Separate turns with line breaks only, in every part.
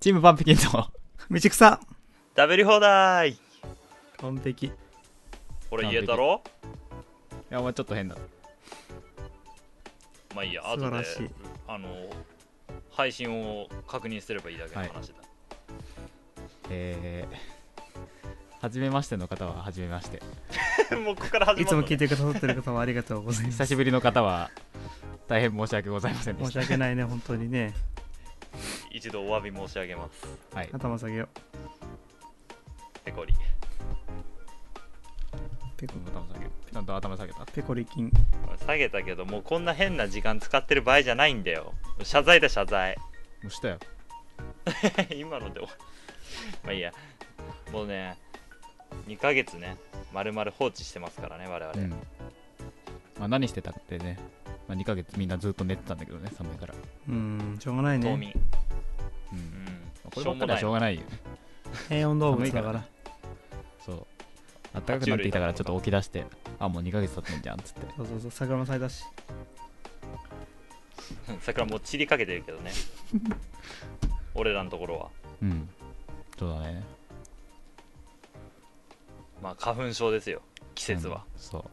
チームパンプキンの
道草
食べり放題
完璧
これ言えたろ
いやお前ちょっと変だ
まあいいや
素
後
晴ら
で
しい
あの配信を確認すればいいだけの話だ、
えー、はじめましての方ははじめまして
もうここから始
い
ま
つ
る
も
の
聞いてくださってる方もありがとうございます
久しぶりの方は大変申し訳ございませんで
申
し
し訳ないね本当にね
一度お詫び申し上げます
たはい
頭下げよ
ペコリ
うペコ
頭下げるちゃんと頭下げた
ペコリキン
下げたけどもうこんな変な時間使ってる場合じゃないんだよ謝罪だ謝罪
もうしたよ
今ので終わまあいいやもうね2ヶ月ねまるまる放置してますからね我々、
うんまあ、何してたってね、まあ、2ヶ月みんなずっと寝てたんだけどね寒いから、
うーんしょうがない
冬
ね
眠、
うん
う
ま
ん
あこればっかりはしょうがないよね
低温動物だから
寒そう暖かくなってきたからちょっと起き出してあもう2ヶ月経ってんじゃんっつって
そうそうそう桜の祭だし
うん桜もう散りかけてるけどね 俺らのところは
うんそうだね
まあ花粉症ですよ季節は、
うんそう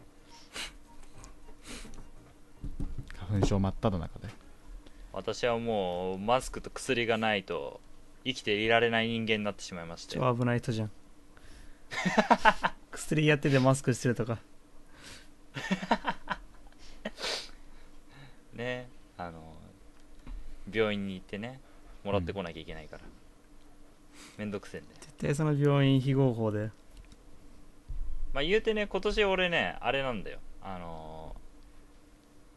花粉症真っ只中で
私はもうマスクと薬がないと生きていられない人間になってしまいまして
超危ない人 じゃん薬やっててマスクしてるとか
ねあの病院に行ってねもらってこなきゃいけないから、めんどくせえんで
絶対その病院非合法で
まあ言うてね今年俺ねあれなんだよあの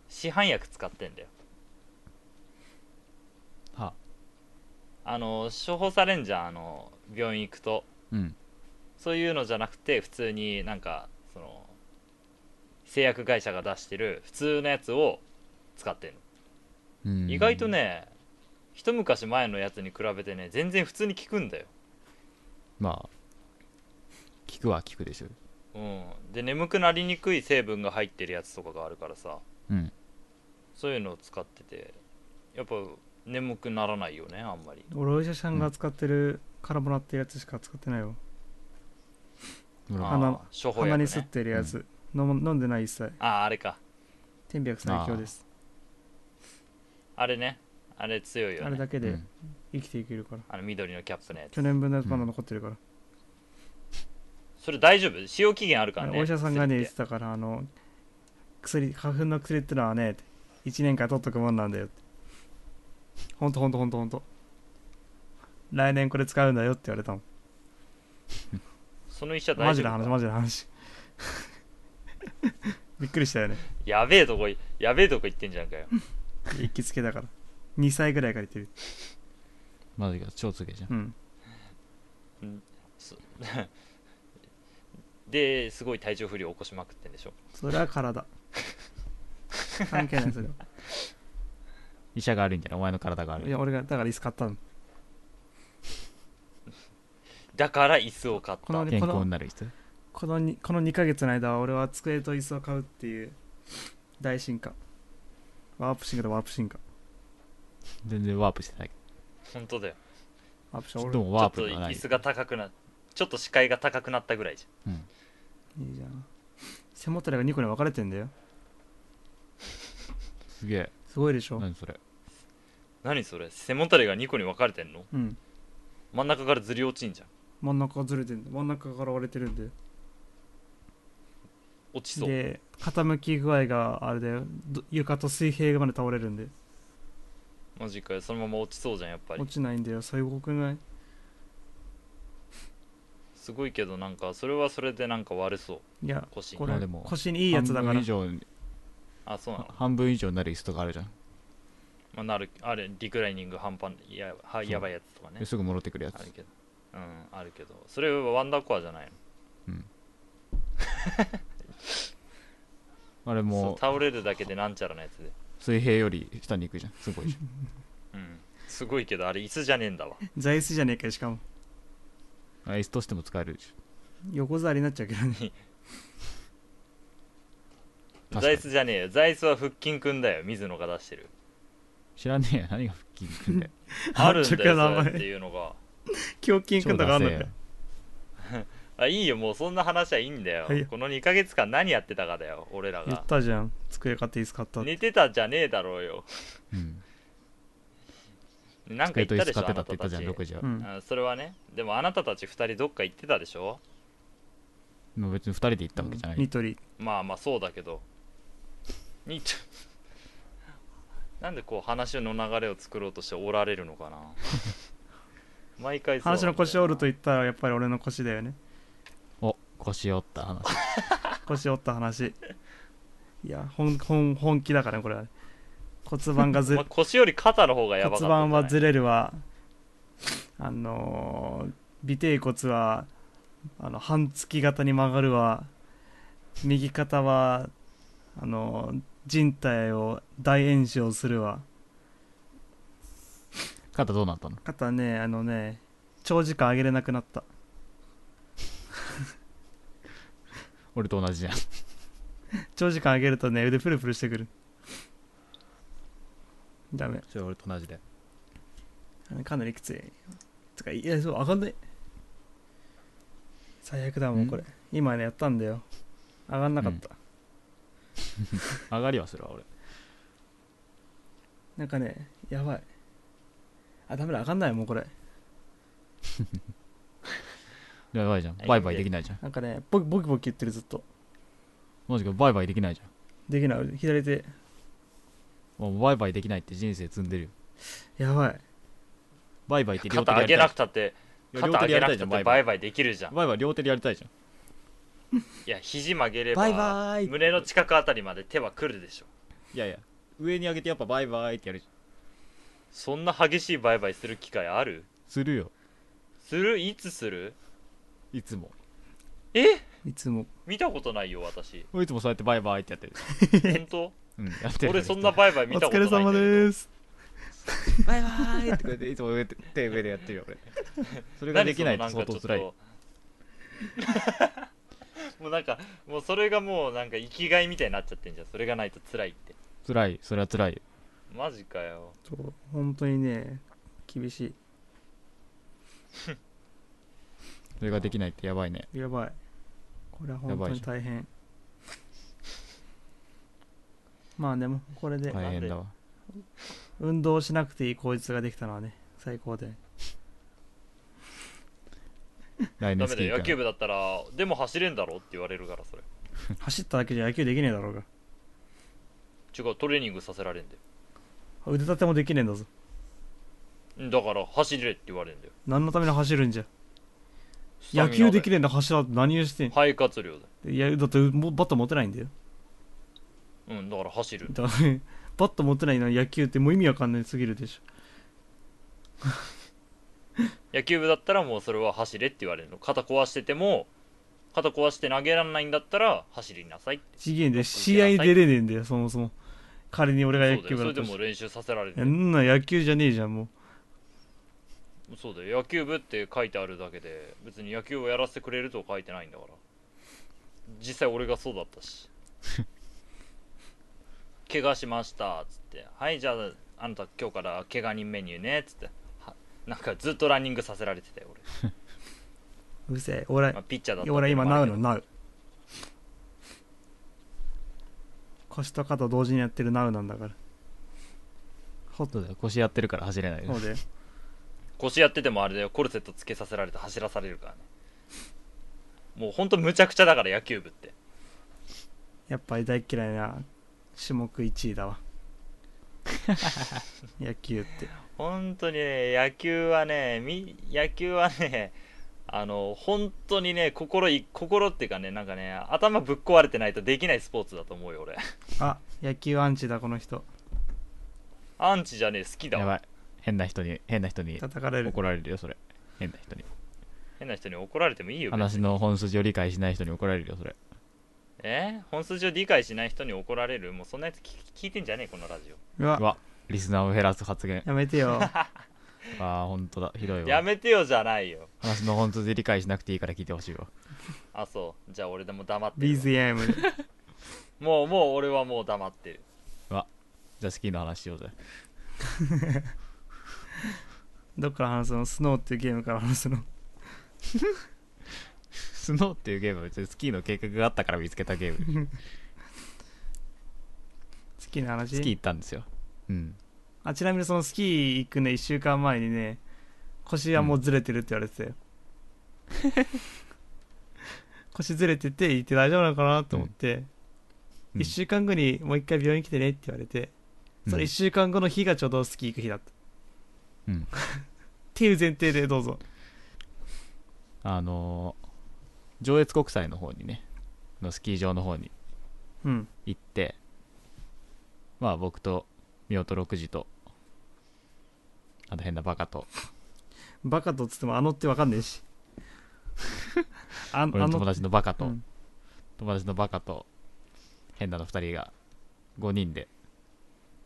市販薬使ってんだよ
はあ
あの処方されんじゃんあの病院行くと
うん
そういうのじゃなくて普通になんかその製薬会社が出してる普通のやつを使ってんの
うん
意外とね一昔前のやつに比べてね全然普通に効くんだよ、
まあ聞くは聞くでしょ
うん、で眠くなりにくい成分が入ってるやつとかがあるからさ
うん
そういうのを使っててやっぱ眠くならないよねあんまり
俺お医者さんが使ってるカラボナってやつしか使ってないよ
ほら
あ
鼻
ー処方薬、
鼻に
ね、
吸ってるやつ、飲む飲んでない一切
あああれか
天白最強です
あれねあれ強いよ
あ,、
ねあ
れだけ
う
で
ん
生きていけるから、
の緑のキャップのやつ
去年分のやつまだ残ってるから、
それ大丈夫使用期限あるからね
お医者さんがね言
薬
っ
って
てたからあの薬花粉の薬ってのはね1年間取っとくもんなんだよってほんとほんとほんとほんと来年これ使うんだよって言われたの
その医者
マ
大
ジ
丈
な
夫
話
か
マジな話 びっくりしたよね
やべえとこいやべえとこ行ってんじゃんかよ
行きつけだから2歳ぐらいから言ってる
まだ超すげえじゃん
うん
そですごい体調不良を起こしまくってんでしょ
それは体関係ないそ れは
医者が悪いんじゃないお前の体が悪
い
い
や俺がだから椅子買ったの
だから椅子を買っ
こ
た
のね
健康になる人
このにこの2ヶ月の間は俺は机と椅子を買うっていう大進化ワープ進化だワープ進化
全然ワープしてない
本当だよ
ワープし
ち
た
ょっ
俺
とも
ちょ
ワー
っ
プ
と
ではない
椅子が高くなちょっと視界が高くなったぐらいじ
うん
いいじゃん背もたれが2個に分かれてんだよ
すげえ
すごいでしょ
何それ
ゃん何それ背もたれが2個に分かれてんの
うん
真ん中からずり落ちんじゃん
真ん中がずれてんだ真ん中から割れてるんで
落ちそう
で傾き具合があれだよど床と水平まで倒れるんで
マジかよそのまま落ちそうじゃんやっぱり
落ちないんだよそういう動くない
すごいけどなんかそれはそれでなんか悪そう
いや
腰
こ
ま
れ
あでも
腰にいいやつだ
半
から
分以上
あそうなの、
半分以上になる椅子とかあるじゃん
まあ、なるあれリクライニング半端やはやばいやつとかね
ですぐ戻ってくるやつ
あるけどうんあるけどそれはワンダーコアじゃないの
あれ
そう
も
倒れるだけでなんちゃらなやつで
水平より下に行くじゃんすごいじゃん
うんすごいけどあれ椅子じゃねえんだわ
座椅子じゃねえかよしかも
あ椅子としても使えるじ
横座りになっちゃう けどね
確
座
かに
椅子じゃねえよ座椅子は腹筋くんだよ水野が出してる
知らねえよ何が腹筋くんだよ
あるんだよ
直
そ
前
れっていうのが
胸筋くんとかあんの
超
か
ダセ
あいいよもうそんな話はいいんだよ、
はい
この2ヶ月間何やってたかだよ俺ら
言っ
が
たじゃん机買っていいですかったって
寝てたじゃねえだろうよ
えようん
なんか言
机
っ
と
た
椅子買
でしょ
っ
あ
てた
な
ったて言ったたじ
ち
ゃん6時は
う、ん
あそれはねでもあなたたち2人どっか行ってたでしょ
もう別に2人で行ったわけじゃない、
ニトリ
まあまあそうだけどにちょ なんでこう話の流れを作ろうとしておられるのかな毎回そうなん
話
だよ
の
な
腰折ると言ったらやっぱり俺の腰だ よね
お腰折った話
腰折った話いや本本本気だからねこれはね骨盤が ず
お前腰より肩の方がやばかった
骨
んじゃない
盤はずれるわあのー尾底骨はあの半月型に曲がるわ右肩はあのー人体を大炎症するわ
肩どうなったの
肩ねあのね長時間上げれなくなった
俺と同じじゃん
長時間上げるとね腕プルプルしてくるダメ
それ俺と同じで
あのかなりきついつかいやそう上がんない最悪だもん
ん
これ今ねやったんだよ上がんなかった、
上がりはするわ俺
なんかねやばいあダメだ上がんないもうこれ
やばいじゃんバイバイできないじゃん
なんかねボキボキボキ言ってるずっと
マジかバイバイできないじゃん
できない左手
もうバイバイできないって人生積んでるよ
やばい
バイバイって両手
肩
でや
上
りた
げないくたって
いや
肩
両
上
手で
げ
やりた
なく
いじ
た
ゃ
っ
ん
て
バイ
バ
バ
イ
イ
バイできるじゃん
バイバイ両手でやりたいじゃん
いや肘曲げれば
バイバイ
胸の近くあたりまで手は来るでしょ
いやいや上に上げてやっぱバイバイってやるじゃん
そんな激しいバイバイする機会ある
するよ
するいつする
いつも
え
いつも
見たことないよ私
いつもそうやってバイバイってやってる
本当
うんやってる
俺そんなバイバイ
お
見たこ
疲
とない
れ
んだよ
様です
バイバイってこうやっていつも上で手上でやってるよ 俺それができないと相当辛い
何そのなんかちょっと もうなんかもうそれがもうなんか生きがいみたいになっちゃってんじゃんそれがないと辛いって
辛いそれは辛いよ
マジかよ
そう本当にね厳し
それができないってやばいね
いやばいこれは本
や
当
ばい
に
じゃ
大変 まあでもこれで
大変だわ
運動しなくていい効率ができたのはね最高で
来
ダ
年
メ
ス
だ
キー
よ野球
行く
部だったらでも走れんだろって言われるからそれ
走っただけじゃ野球できねえだろうが
違うトレーニングさせられんだよ
腕立てもできねえんだぞ
うんだから走れって言われるんだよ
何のために走るんじゃ
スタミ
野
ナ
球できねえんだ走らん何をしてん
肺活量だよ
いやだってもうバット持てないんだよ
うんだから走る
だから バット持てないのに野球ってもう意味わかんないすぎるでしょ
野球部だったらもうそれは走れって言われるの肩壊してても肩壊して投げられないんだったら走りなさいって
次元で試合に出れねえんだよそもそも仮に俺が野
そうだ
球
よ
部
それ
だった
で
ら
も練習させられるんだ
そ
よ
んな野球じゃねえじゃんもう
そうだよ野球部って書いてあるだけで別に野球をやらせてくれるとは書いてないんだから実際俺がそうだったし 怪我しましたっつって「はいじゃああなた今日から怪我人メニューね」っつってはなんかずっとランニングさせられてたよ俺、
うるせえ俺
まあ、ピッチャーだった
俺今ナウの
な
ナウ腰と肩同時にやってるナウなんだから
ホットだよ腰やってるから走れないよ
そうで
腰やっててもあれだよコルセットつけさせられて走らされるからねもうほんとむちゃくちゃだから野球部って
やっぱり大嫌いな種目1位だわ野球って
本当にね野球はねみ野球はね あの本当にね心い心っていうかねなんかね頭ぶっ壊れてないとできないスポーツだと思うよ俺
あ野球アンチだこの人
アンチじゃねえ好きだ
やば
わ
い変な人に変な人に
叩かれる
怒られるよそれ変な人に
変な人に怒られてもいいよ別に
話の本筋を理解しない人に怒られるよそれ
え本筋を理解しない人に怒られるもうそんなやつ聞聞いてんじゃねえこのラジ
うわ
うわリスナーを減らす発言
やめてよ
ああほんとだひどい
オや
わ
めてよじゃないよ
話の本筋理解しなくていいから聞いてほしいわ
あそうじゃあ俺でも黙ってるわ
BGM
もうもう俺はもう黙ってる
じゃあスキーの話しようぜ
どっから話すのスノーっていうゲームから話すの
スノーっていうゲームは別にスキーの計画があったから見つけたゲーム
スキーの話
スキー行ったんですようん
あちなみにそのスキー行くね1週間前にね腰はもうずれてるって言われてたよ、 腰ずれてて行って大丈夫なのかなと思って、
うん
1週間後にもう一回病院来てねって言われて、その1週間後の日がちょうどスキー行く日だった
うん
っていう前提でどうぞ
あのー上越国際の方にねのスキー場の方に
うん
行ってまあ僕とミオト六時とあの変なバカ と
バカとっつってもあのってわかんねえしああ
俺の友
の
達のバカと、
うん
友達のバカと変なの2人が5人で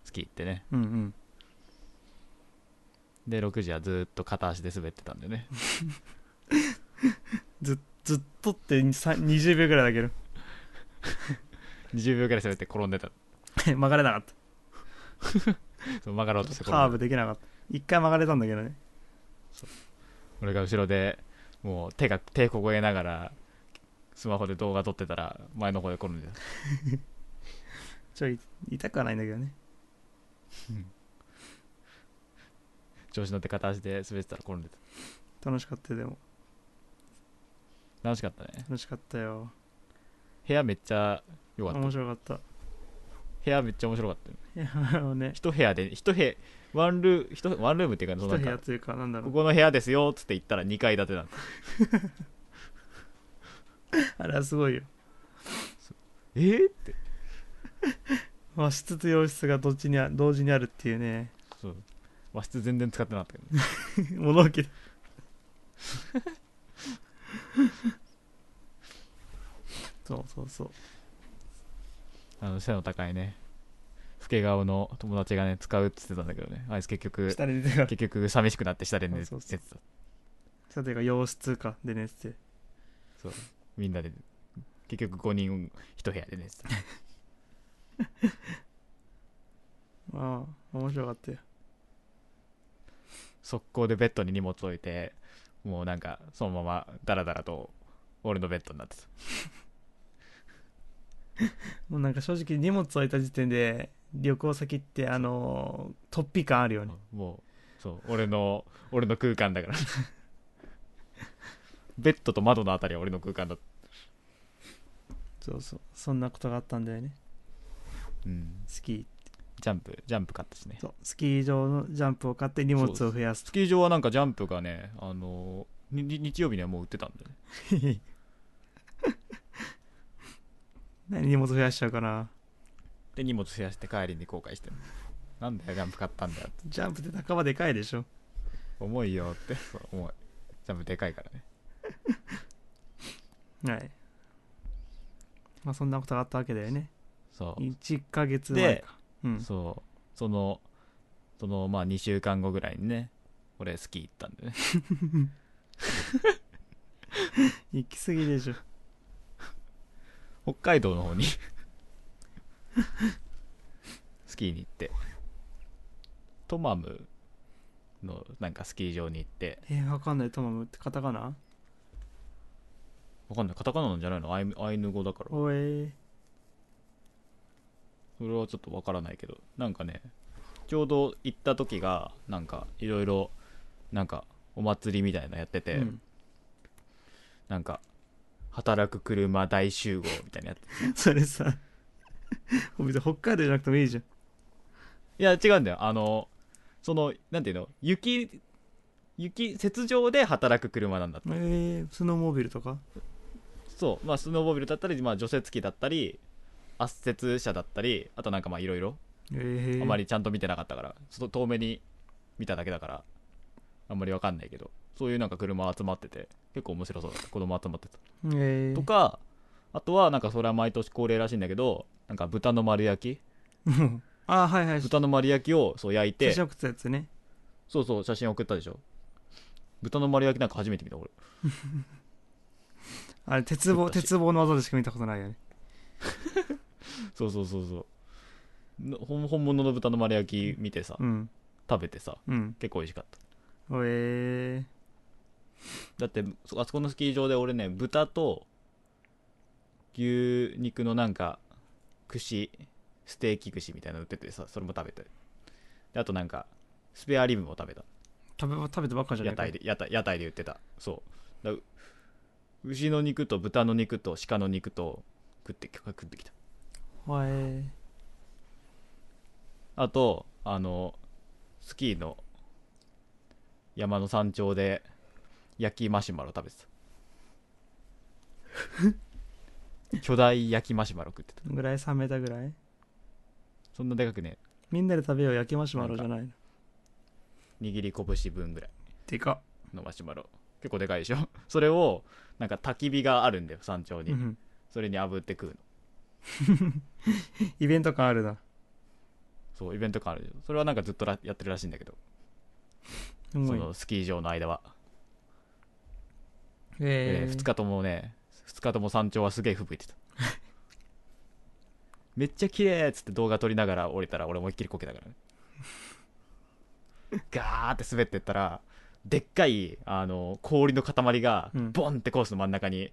スキー行ってね
うんうん
で6時はずーっと片足で滑ってたんで ね
ずっとってさ20秒ぐらいだけど
20秒ぐらい滑って転んでた
曲がれなかっ
そう曲がろうとして
たカ
転ん
ーブ
でた
できなかった一回曲がれたんだけどね
俺が後ろでもう手が手凍えながらスマホで動画撮ってたら前の方で転んでた
ちょい痛くはないんだけどね
調子乗って片足で滑ってたら転んでた
楽しかったよでも
楽しかったね
楽しかったよ
部屋めっちゃ良かった
面白かった
部屋めっちゃ面白かったよ
いやあのね
一部屋で一部屋ワンルー一ワンルームっていうかそ
一
の
部
な
屋
んか
というかなんだろ
こ
う
この部屋ですよっつって言ったら2階建てなんです
あれはすごいよ
えーって
和室と洋室がどっちにあ同時にあるっていうね
そう和室全然使ってなかったけど、ね、
物置で そうそうそう
あの背の高いね老け顔の友達がね使うっつってたんだけどねあいつ結局
下で出てか
結局寂しくなって下で寝て
そう
寝
そ
て
う
た
下というか洋室かで寝てて
そうみんなで結局5人一部屋で寝てた
ああ面白かったよ
速攻でベッドに荷物置いてもうなんかそのままダラダラと俺のベッドになってた
もうなんか正直荷物置いた時点で旅行先ってあのー突飛感あるよね
もうそう俺の俺の空間だからベッドと窓のあたりは俺の空間だった
そうそうそんなことがあったんだよね
うん
スキー
ジャンプジャンプ買ったしね
そうスキー場のジャンプを買って荷物を増やす
スキー場はなんかジャンプがねあのにに日曜日にはもう売ってたんだよね
何荷物増やしちゃうかな
で荷物増やして帰りに後悔してるなんだよジャンプ買ったんだよって
ジャンプって仲間でかいでしょ
重いよってそう重いジャンプでかいからね
はいまあそんなことがあったわけだよね
そう
1ヶ月前かうん
そうそのそのまあ2週間後ぐらいにね俺スキー行ったんでね
行き過ぎでしょ
北海道の方にスキーに行ってトマムのなんかスキー場に行って
えー、わかんないトマムってカタカナ
わかんないカタカナなんじゃないのアイヌアイヌ語だから
おえ
それはちょっとわからないけどなんかねちょうど行った時がなんかいろいろなんかお祭りみたいなのやってて、
うん、
なんか働く車大集合みたいなのやって
それさ別に北海道じゃなくてもいいじゃん
いや、違うんだよ。あの、その、なんていうの、雪、雪、雪上で働く車なんだって。
えー、スノーモービルとか
そう、まあ、スノーボービルだったり、まあ、除雪機だったり、圧雪車だったり、あとなんかまあ、いろいろ、
えー、
あまりちゃんと見てなかったから、ちょっと遠目に見ただけだから、あんまりわかんないけど、そういうなんか車集まってて、結構面白そうだった。子供集まってた。
えー、
とか、あとはなんかそれは毎年恒例らしいんだけど、なんか豚の丸焼
うん あーはいはい
き豚の丸焼きをそう焼いて
写真、送ったやつね
そうそう写真送ったでしょ豚の丸焼きなんか初めて見た俺
あれ鉄棒
送ったし
鉄棒の技でしか見たことないよね
そうそうそうそうの本本物の豚の丸焼き見てさ、
うん
食べてさ
うん
結構美味しかった
おえ
だってそあそこのスキー場で俺ね豚と牛肉のなんか串ステーキ串みたいなの売っててさそれも食べてであとなんかスペアリブも食べた
ー、食べ食べたばっかじゃな
屋
いか
台で屋台屋台で売ってたそうだう牛の肉と豚の肉と鹿の肉と食ってき食ってきた
おえ
あとあのスキーの山の山頂で焼きマシュマロ食べて た巨大焼きマシュマロ食ってた
ー、どんぐらい冷めたぐらい
そんなでかくね
みんなで食べよう焼きマシュマロじゃないの
握り拳分ぐらい
でかっ
のマシュマロ結構でかいでしょそれをなんか焚き火があるんだよ山頂に、
うん
それに炙って食うの
イベント感あるな
そうイベント感あるでしょそれはなんかずっとらやってるらしいんだけど
す
そ
ごい
のスキー場の間は、
え
で
ー
2日ともね2日とも山頂はすげえ吹雪いてためっちゃ綺麗っつって動画撮りながら降りたら俺思いっきりこけたからね ガーって滑ってったらでっかいあの氷の塊が
うん
ボンってコースの真ん中に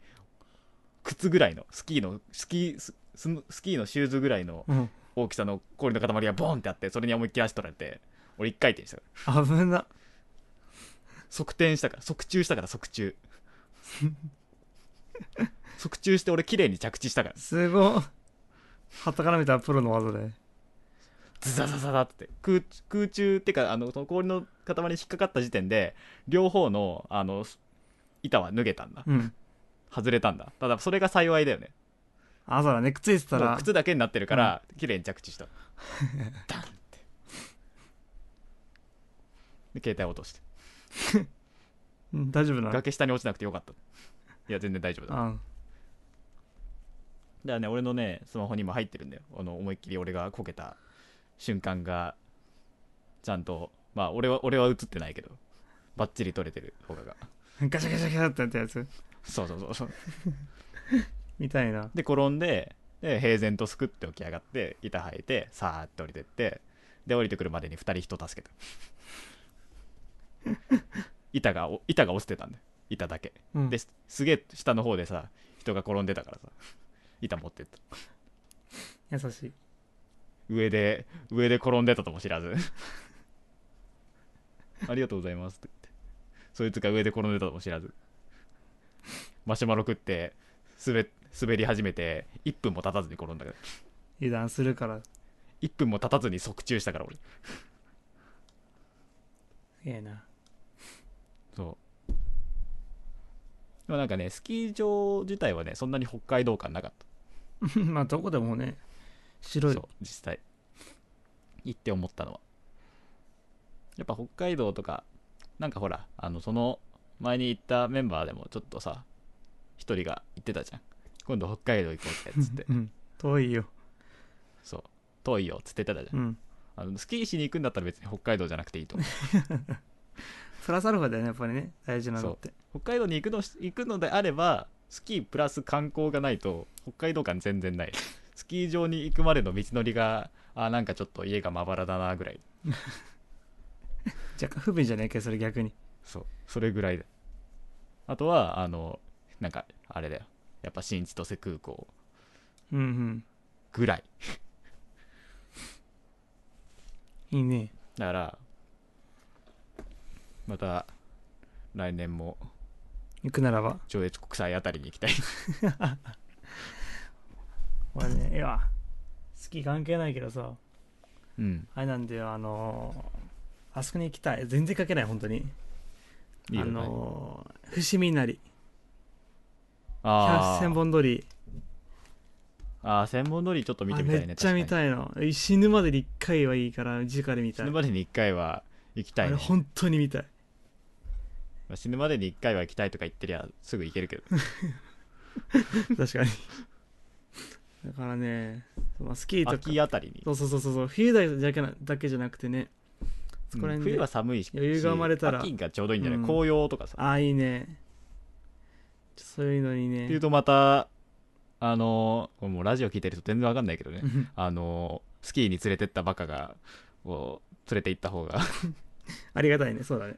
靴ぐらいのスキーのスキーススノスキーのシューズぐらいの
うん
大きさの氷の塊がボンってあってそれに思いっきり足取られて俺1回転したから
危な
側転したから側中したから側 中側中して俺綺麗に着地したから
すごいはたから見たらプロの技で
ズザザザザって空空中ってかあのその氷の塊に引っかかった時点で両方のあの板は脱げたんだ
うん
外れたんだただそれが幸いだよね
あそうだねくっついてた
もう
ら
靴だけになってるから綺麗に着地 したダンってで携帯落として
うん大丈夫なの
崖下に落ちなくてよかったいや全然大丈夫だ
あ
だからね俺のねスマホに今入ってるんだよあの思いっきり俺がこけた瞬間がちゃんとまあ俺は俺は映ってないけどバッチリ撮れてる他が
ガシャガシャガシャってやったやつ
そうそうそうそう
みたいな
で転んでで平然とすくって起き上がって板履いてさーって降りてってで降りてくるまでに2人人助けた板がお板が落ちてたんだよ板だけ
うん
ですすげえ下の方でさ人が転んでたからさ板持ってった
優しい
上で上で転んでたとも知らず ありがとうございますって言ってそいつが上で転んでたとも知らずマシュマロ食って滑滑り始めて1分も経たずに転んだから
油断するから
1分も経たずに即中したから俺
すげえな
そうでもなんかねスキー場自体はねそんなに北海道感なかった
まあどこでもね白い
そう実際行って思ったのはやっぱ北海道とかなんかほらあのその前に行ったメンバーでもちょっとさ一人が行ってたじゃん今度北海道行こうぜっつって
うん遠いよ
そう遠いよっつって言ってたじ
う
ゃん
ん
あのスキーしに行くんだったら別に北海道じゃなくていいと思
プラスアルファだよねやっぱりね大事なのって
う北海道に行くのし行くのであればスキープラス観光がないと北海道感全然ないスキー場に行くまでの道のりがあなんかちょっと家がまばらだなぐらい
若干不便じゃねえかよそれ逆に
そうそれぐらいだあとはあのなんかあれだよやっぱ新千歳空港
うん
ぐらい
うんいいね
だからまた来年も
行くならば
上越国際あたりに行きたい
俺ねいや好き関係ないけどさ
うん
あれなんだよあのーあそこに行きたい全然書けない本当に
いいよ
あ
ね
のー伏見稲荷
あ
百
ー
千本鳥居
あー千本通りちょっと見てみたい
あ
ね
めっちゃ見
い
たいの死ぬまでに一回はいいから直で見た
死
い
ぬまでに1回は行きた
あ
い、
れ
ね、
本当に見たい
まあ死ぬまでに1回は行きたいとか言ってりゃすぐ行けるけど
確かに だからね、まあ、スキーとか
秋あたりに
そうそうそうそう冬だけじゃなだけじゃなくてねそこら
うん
辺で
冬は寒いし
余裕が生まれたら
秋がちょうどいいんじゃない、
うん
紅葉とかさ
ああいいねちょそういうのに
っていう
ね
とまたあのこれもうラジオ聞いてると全然わかんないけどね
うん
あのスキーに連れてったバカがこう連れて行った方が
ありがたいねそうだね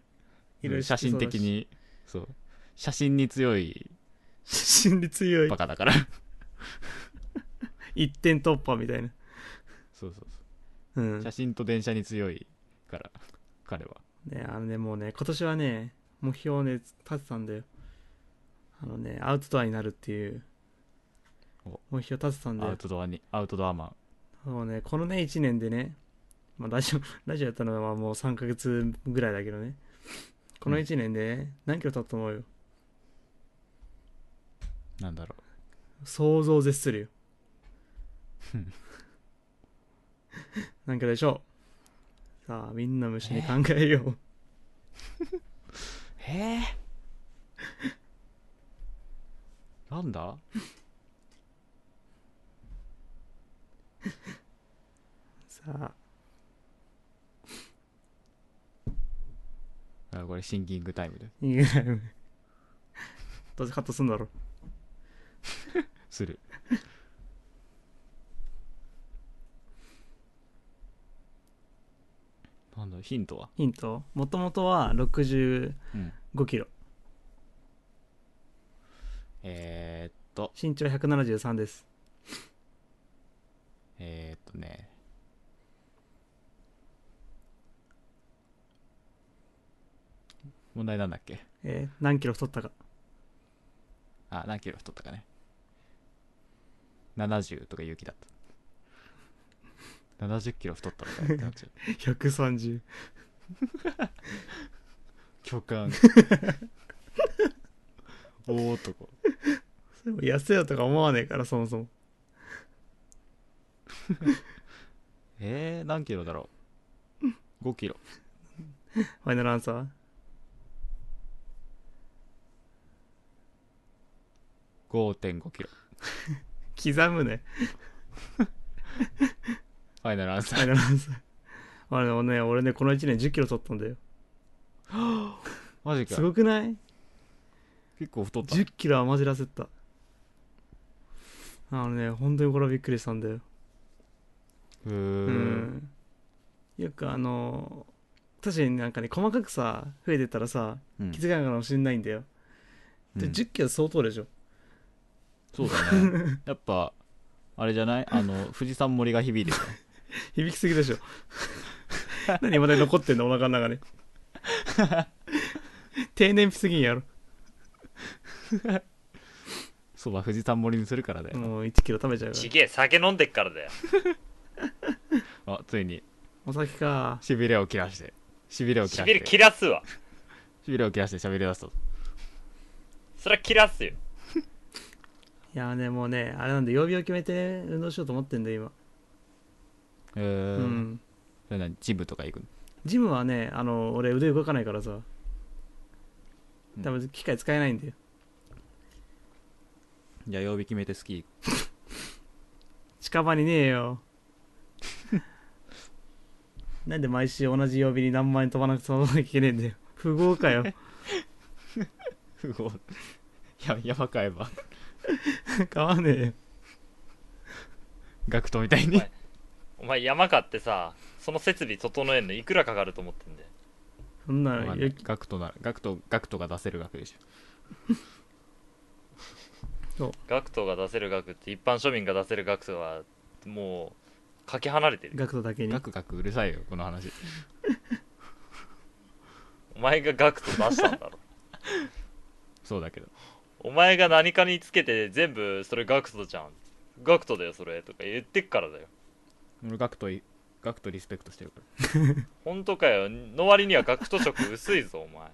いろいろ
写真的にそう写真に強い
写真に強い
バカだから
一点突破みたいな
そうそう
う
そ
ん
う写真と電車に強いから彼は
ねあのねもうね今年はね目標をね立てたんだよあのねアウトドアになるっていう
お
目標立てたんだ
ア
よ
ウトドアにアウトドアマン
もうねこのね1年でね、まあ、ラジオ ラジオやったのはもう3ヶ月ぐらいだけどねこの1年で、ね何キロ経ったと思うよ
なんだろう
想像を絶するよ何キロでしょうさあみんな虫に考えよう、
へえ なんだ
さあ
あこれシンキングタイムで
いいぐらいどうせカットすんだろ
する なんだヒントは
ヒントもともとは65
うん
キロ
えー、っと
身長173です
えー、っとね問題なんだっけ
えー何キロ太ったか
あ何キロ太ったかね70とか勇気だった70キロ太ったのかよってなっ ちゃう
130
巨 漢大男
それも痩せようとか思わねえからそもそも
えー、何キロだろう5キロ
ファイナルアンサー
5.5キロ
刻むね
ファイナルアンサ
ファ
ー
イナルアンサーあれね俺ねこの1年1 0キロ太ったんだよ
マジか
すごくない
結構太った
1 0キロはマジ痩せたあのね本当にこれはびっくりしたんだよ
うー
うんんよくあの確かになんかね細かくさ増えてったらさ
うん
気づかないかもしれないんだよ、で
うん
1 0キロ相当でしょ
そうだねやっぱあれじゃないあの富士山森が響いてる
響きすぎでし ょ何まだ残ってんのお腹の中に定年日すぎんやろ
そうだ富士山森にするからだよ、
もう1キロ食べちゃうか
ち
ら
げえ酒飲んでっからだ よ
あついに
お酒か
しびれを切らしてしびれを切
し
ら
びれ
して
切らすわ
しびれを切らしてしゃべり出すと
そりゃ切らすよ
いやねもうねあれなんで曜日を決めて、運動しようと思ってんだよ今
え
う
ー
ん、
それ何ジムとか行くの
ジムはねあの俺腕動かないからさ
うん
多分機械使えないんだよ
じゃあ曜日決めてスキー行く
近場にね えよなんで毎週同じ曜日に何万円飛ばなく飛ばなきゃいけねえんだよ富豪かよ
不合 や山買えば
買わねえよ
ガクトみたいに
お前山買ってさその設備整えんのいくらかかると思ってんだよ
そんな
わか
の
んない
よ
ガクトならガクトガクトが出せる額でしょ
学徒が出せる額って一般庶民が出せる額とはもうかけ離れてる
ガクトだけに
ガクガクうるさいよこの話
お前が学徒出したんだろ
そうだけど
お前が何かにつけて全部それ学徒じゃん学徒だよそれとか言ってっからだよ
俺ガクトいガクトリスペクトしてるか
本当かよの割には学徒色薄いぞ お前
ら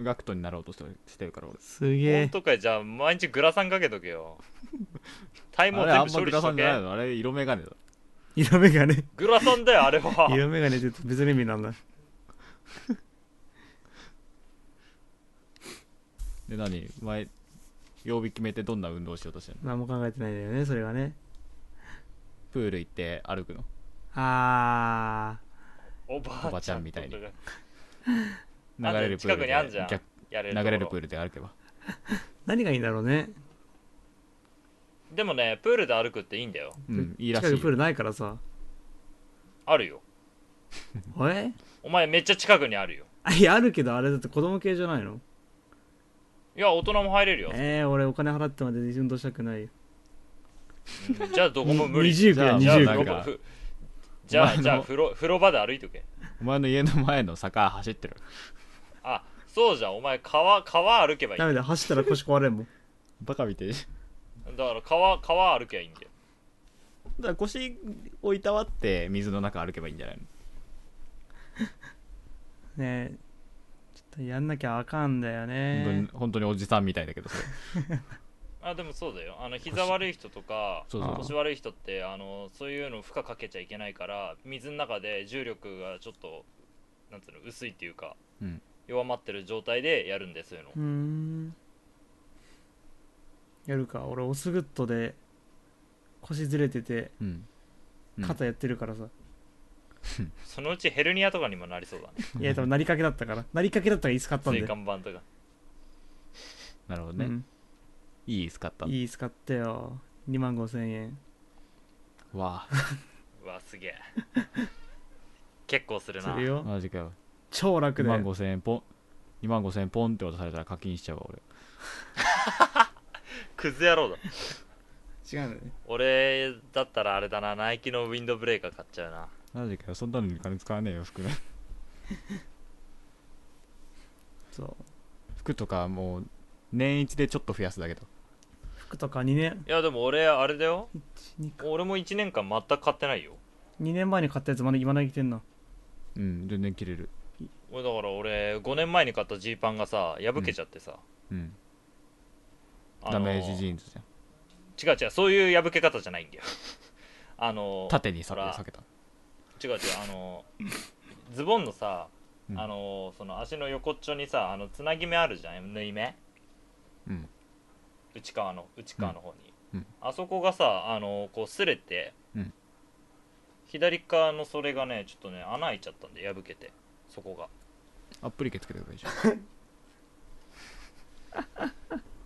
ガクトになろうとしてるしてるから俺
すげ
本
え
当かいじゃあ毎日グラサンかけとけよ 体毛
あれ
全
あ
部
んま
処
グ
理し
ラサ
と
ンじゃない
け
のあれ色眼鏡だ
色眼鏡
グラサンだよあれは
色眼鏡って別の意味なんだ
で何前曜日決めてどんな運動しようとしてるの
何も考えてないんだよねそれがね
プール行って歩くの
あ
おばあちゃん
おばちゃんみたいに
とか
流れるプール
近くにあんじゃん
で
やれると
逆流
ころ
れるプールで歩けば
ー何がいいんだろうね
でもねプールで歩くっていいんだよ
うんいいらし
近く
い
プー
よ
ルないからさ
あるよ
え
お前めっちゃ近くにあるよ
あ いやあるけどあれだって子供系じゃないの
いや大人も入れるよ、
えー、俺お金払ってまで運動したくないよ
うんじゃあどこも無理
20
じゃ
か
あ
じゃあ
20
20
な
か
ん
ど
か
こふじゃ
お前
あ
の
じゃあ風呂風呂場で歩いとけ
お前の家の前の坂走ってる
あそうじゃんお前川川歩けばいい
ダメだ走ったら腰壊れんもん
バカみてえ
だから川川歩けばいいんだよ
だから腰をいたわって水の中歩けばいいんじゃないの
ねえちょっとやんなきゃあかんだよ
本当に
ね
本当におじさんみたいだけどそれ
あでもそうだよあの膝悪い人とか
そうそう
あー
腰悪い人ってあのそういうの負荷かけちゃいけないから水の中で重力がちょっとなんつうの薄いっていうか、
うん
弱まってる状態でやるんですよの
うーんやるか俺オスグッドで腰ずれてて
うん、うん
肩やってるからさ、
そのうちヘルニアとかにもなりそうだね
いや多分なりかけだったからなりかけだったら椅子買ったんで
椎間板とか
なるほどね、
うん
いい椅子買った
いい椅子買ったよ2万5千円
わ
うわすげえ結構する
す
な
る
あ
よ
マジかよ
超楽
2
で
万5000円ポン2万5000円ポンって渡されたら課金しちゃうわ俺
クズ野郎だ
違うのね
俺だったらあれだなナイキのウィンドブレーカー買っちゃうな
マジかよそんなのに金使わねえよ服
そう
服とかもう年一でちょっと増やすだけど
服とか2年
いやでも俺あれだよ
2
俺も1年間全く買ってないよ
年前に買ったやつまだ今だけ着てんの
うん全然着れる
俺だから俺5年前に買ったジーパンがさ破けちゃってさ、
うん
あの
ダメージジーンズじゃん
違う違うそういう破け方じゃないんだよあの
縦に避け
ほら
避けた
違う違うあのズボンのさ、
うん
あのその足の横っちょにさあのつなぎ目あるじゃん縫い目
うん
内側の内側の方に、
うんうん
あそこがさあのこう擦れて、
うん
左側のそれがねちょっとね穴開いちゃったんで破けてそこが
アップリケつけてればいいじゃん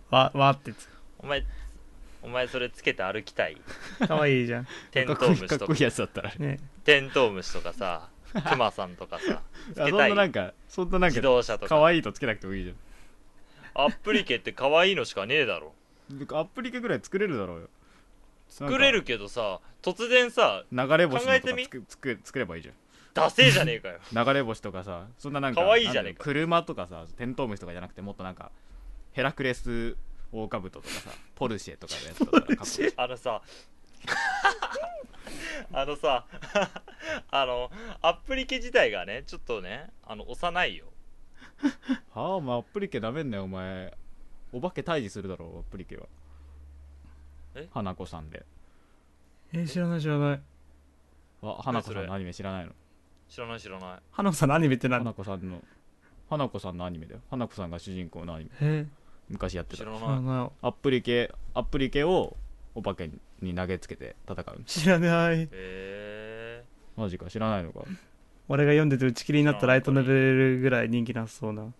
わわーってやつ
お前お前それつけて歩き たい
かわいいじゃ ん
テン
か
ト
っこ
ウ
い
ム
いか
シ
っ
と
こ
か
いいやつだったらあ
ね
テントウムシと かさクマさんとかさつ
そ
け
ん
た
ないなんかそんななん
自
か
動車と
可
か
愛いとつけなくてもいいじゃん
アップリケって可愛いのしかねえだろ
アップリケぐらい作れるだろうよ
作れるけどさ突然さ
なんか流れ星のと
考え
か
てみ
作作作ればいいじ
ダセえじゃねえかよ
ゃん流れ星とかさそんななんか
可愛いじ
な
ゃねえか
んていうの車とかさテントウムシとかじゃなくてもっとなんかヘラクレスオオカブトとかさポルシェとかのやつとかかっこ いい
あのさあのさ あのアップリケ自体がねちょっとねあの幼いよ
はあお前アップリケダメんなよお前お化け退治するだろうアップリケは
え
花子さんで
えー知らない知らない
あ花子さん
それ
のアニメ知らないの
知らない知らない
花子さんのアニメって何
花子さんの花子さんのアニメだよ花子さんが主人公のアニメ
え
昔やって
知
た
ら
ー知ら
ない
ない
アップリケアップリケをお化けに投げつけて戦うん
知らない
え
マジか知らないのか
俺が読んでて打ち切りになったライトノベルぐらい人気なさそうな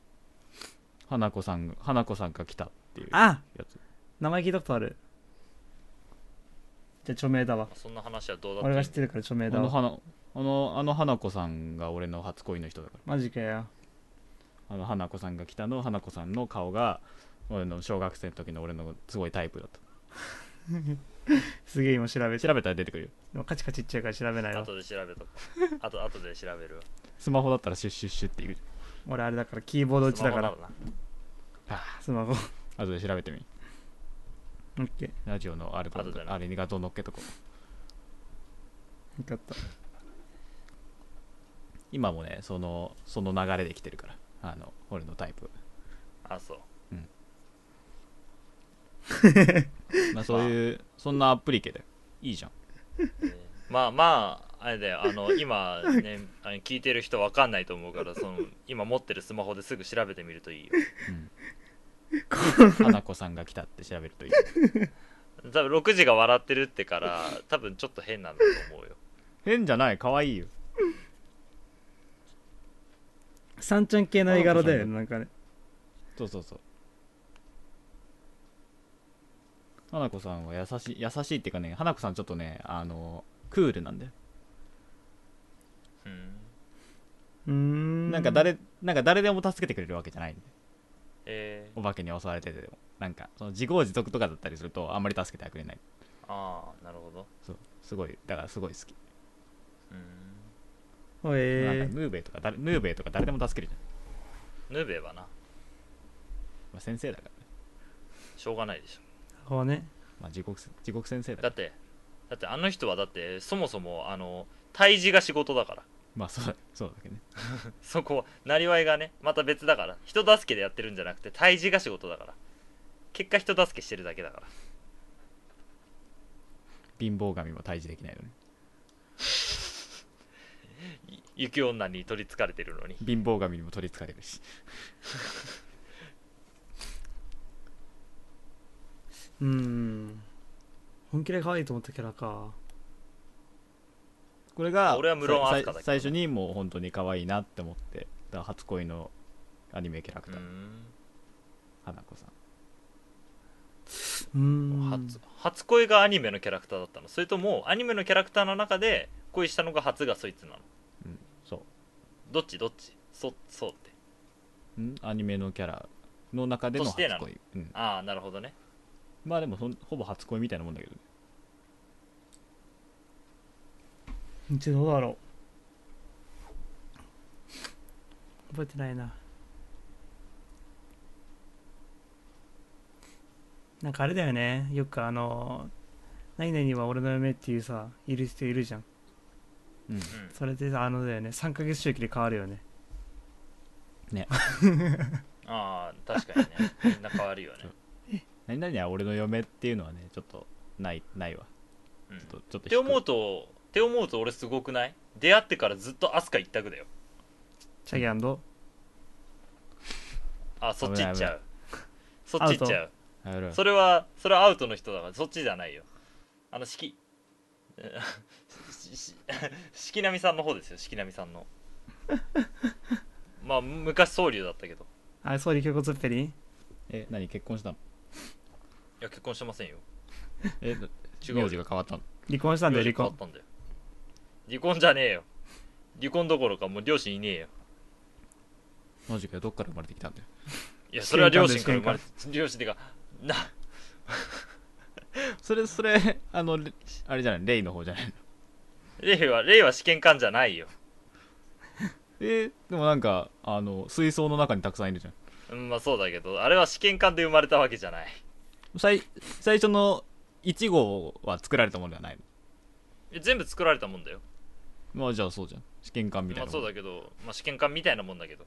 花子さんが花子さんが来たっていうや
あ
つ
名前聞いたことあるじゃあ著名だわ
ー、そんな話はどうだっていい
俺
んだ
が知ってるから著名
あ
だ
の
わ
花あのあの花子さんが俺の初恋の人だから
マジかよ
あの花子さんが来たの花子さんの顔が俺の小学生の時の俺のすごいタイプだと
すげえ今調べて
調べたら出てくるよ
でもカチカチいっちゃうから調べないわ
後で調べとこあと後で調べ るわ
スマホだったらシュッシュッシュッって言う
俺あれだからキーボード打ちだから
スマホな
スマホ
後で調べてみ
オッケー
ラジオのアルバム
後でな
あれに画像乗っけとこう
よかった
今もねそのその流れで来てるからあの俺のタ イプ
あそう
まあそういうそんなアプリケでいいじゃん
まあまああれだよあの今ねあの聞いてる人わかんないと思うからその今持ってるスマホですぐ調べてみるといいよ
花子さんが来たって調べるといい
多分6時が笑ってるってから多分ちょっと変なんだと思うよ
変じゃない可愛いよ
三ちゃん系の絵柄だよねなんかね
そうそうそう花子さんは優しい優しいっていうかね花子さんちょっとねあのクールなんだよ
うん
うーん
なんか誰なんか誰でも助けてくれるわけじゃないんで
えー
お化けに襲われててでもなんかその自業自得とかだったりするとあんまり助けてはくれない
ああなるほど
そうすごいだからすごい好き、
うーん
なん
え
かヌーベイとか誰ヌーベイとか誰でも助けるじゃん、
ヌーベはな
まあ、先生だから、ね
しょうがないでしょ
ー、ここはね
まあ、地獄せ地獄先生だか
だ
ら
ってだってあの人はだってそもそもあの退治が仕事だから
まあそうだそうだけどね
そこはなりわいがねまた別だから人助けでやってるんじゃなくて退治が仕事だから結果人助けしてるだけだから
貧乏神も退治できないのに
い雪女に取りつかれてるのに
貧乏神にも取りつかれるし
うーん本気で可愛いと思ったキャラか
これが
俺は無論
さ
アスカだけどね
最初にもう本当に可愛いなって思ってだから初恋のアニメキャラク
う
ター、
ん
花子さん
うーん
初初恋がアニメのキャラクターだったのそれともアニメのキャラクターの中で恋したのが初がそいつなの
うんそう
どっちどっちそそうって
んアニメのキャラの中での
と
初
してなの
恋、うん、
ああなるほどね
まあでもそんほぼ初恋みたいなもんだけどね
うちどうだろう覚えてないななんかあれだよねよくあの「何々は俺の嫁」っていうさいる人いるじゃん
うん
うん
それでさあのだよね3ヶ月周期で変わるよね
ああ確かにねみんな変わるよ ね、
何々は俺の嫁っていうのはねちょっとないないわ
うん、っ
ちょっとちょっと
て思
低いう
とって思うと俺すごくない出会ってからずっと飛鳥一択だよ
チャギアンド
あそっち行っちゃうそっち行っちゃう
やめろよ
それはそれはアウトの人だからそっちじゃないよあの四季 えーしし四季並さんの方ですよ四季並さん のまあ昔総理だったけど
あ総理胸骨っぺり
え何結婚したの
いや結婚してませんよ
え
違う
名字が変わったの
離婚したんだよ
名字
離
変わっ
婚
たんだよ離婚じゃねえよ離婚どころかもう両親いねえよ
マジかよどっから生まれてきたんだよ
いやそれは両親から
試験
生ま
管
れ
で
両親っていうかな
それそれあのレあれじゃないレイの方じゃないの
レイはレイは試験官じゃないよ
えーでもなんかあの水槽の中にたくさんいるじゃん
うんまあそうだけどあれは試験官で生まれたわけじゃない
最最初の1号は作られたものではない
え全部作られたもんだよ
まあじゃあそうじゃん試験官みたいな
まあ
もん、
そうだけど、まあ、試験官みたいなもんだけど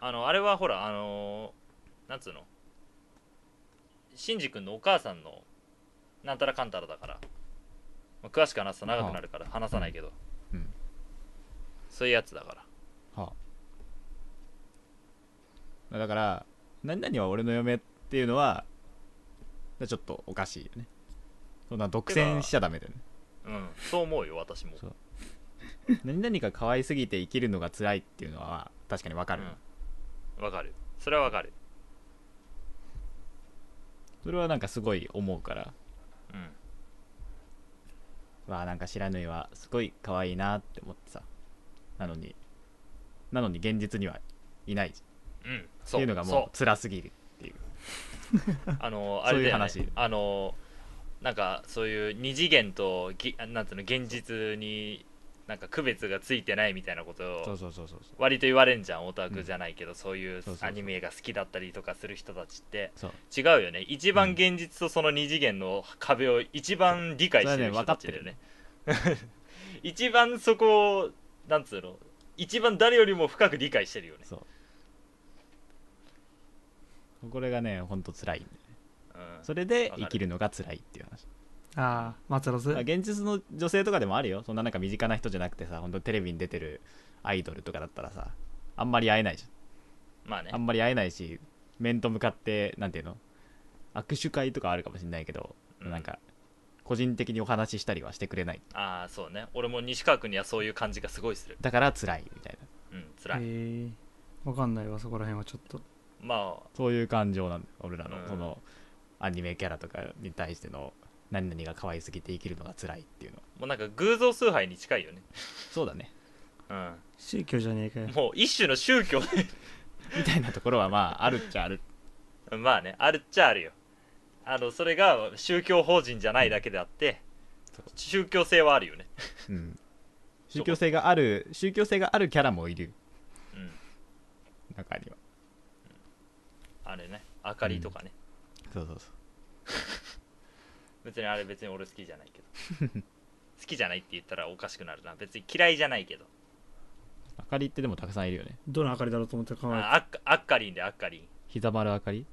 あのあれはほらあのーなんつうのシンジ君のお母さんのなんたらかんたらだから、まあ詳しく話すと長くなるから話さないけど、
うん
そういうやつだから
はあ、だから何々は俺の嫁っていうのはちょっとおかしいよねそんな独占しちゃダメだよね
うんそう思うよ私も
そう何々が可愛すぎて生きるのが辛いっていうのは確かにわかる、
うんわかるそれはわかる
それはなんかすごい思うから
うん
わあなんか知らぬいはすごい可愛いなって思ってさなのになのに現実にはいないっ
うん
て
そう
いうのがもう辛すぎるっていう
そうあのあ
そう
れ
いう
だよ、ね、
話
あのなんかそういう二次元とぎなんていうの現実になんか区別がついてないみたいなことを
そうそうそうそう
割と言われんじゃんオタクじゃないけど、そういう
そうそうそう
アニメが好きだったりとかする人たちって
そう
違うよね一番現実とその二次元の壁を一番理解してる人たちだよね 一番そこをなんつうの一番誰よりも深く理解してるよね、
そうこれがねほんと辛いんで
うん、
それで
わかる
生きるのが辛いっていう話
ああマツロス
まあ現実の女性とかでもあるよそんななんか身近な人じゃなくてさ本当テレビに出てるアイドルとかだったらさあんまり会えないじ
まあ
ゃ
ね
んあんまり会えないし面と向かってなんていうの握手会とかあるかもしれないけど、
うん
なんか個人的にお話ししたりはしてくれない
ああそうね俺も西川君にはそういう感じがすごいする
だから辛いみたいな
うん辛い、
えー、わかんないわそこら辺はちょっと
まあ
そういう感情なんだよ俺らの、
うん
そのアニメキャラとかに対しての何々が可愛すぎて生きるのが辛いっていうの
もうなんか偶像崇拝に近いよね
そうだね
うん
宗教じゃねえかよ
もう一種の宗教
みたいなところはまああるっちゃある
まあねあるっちゃあるよあのそれが宗教法人じゃないだけであって、
そう
宗教性はあるよね
うん宗教性がある宗教性があるキャラもいる
うん
中には
あれね明かりとかね、
そうそうそう
別にあれ別に俺好きじゃないけど好きじゃないって言ったらおかしくなるな別に嫌いじゃないけど
明かりってでもたくさんいるよね
どの明かりだろうと思って考え
あ
た
あっかあっかりんであっかりん
膝丸明かり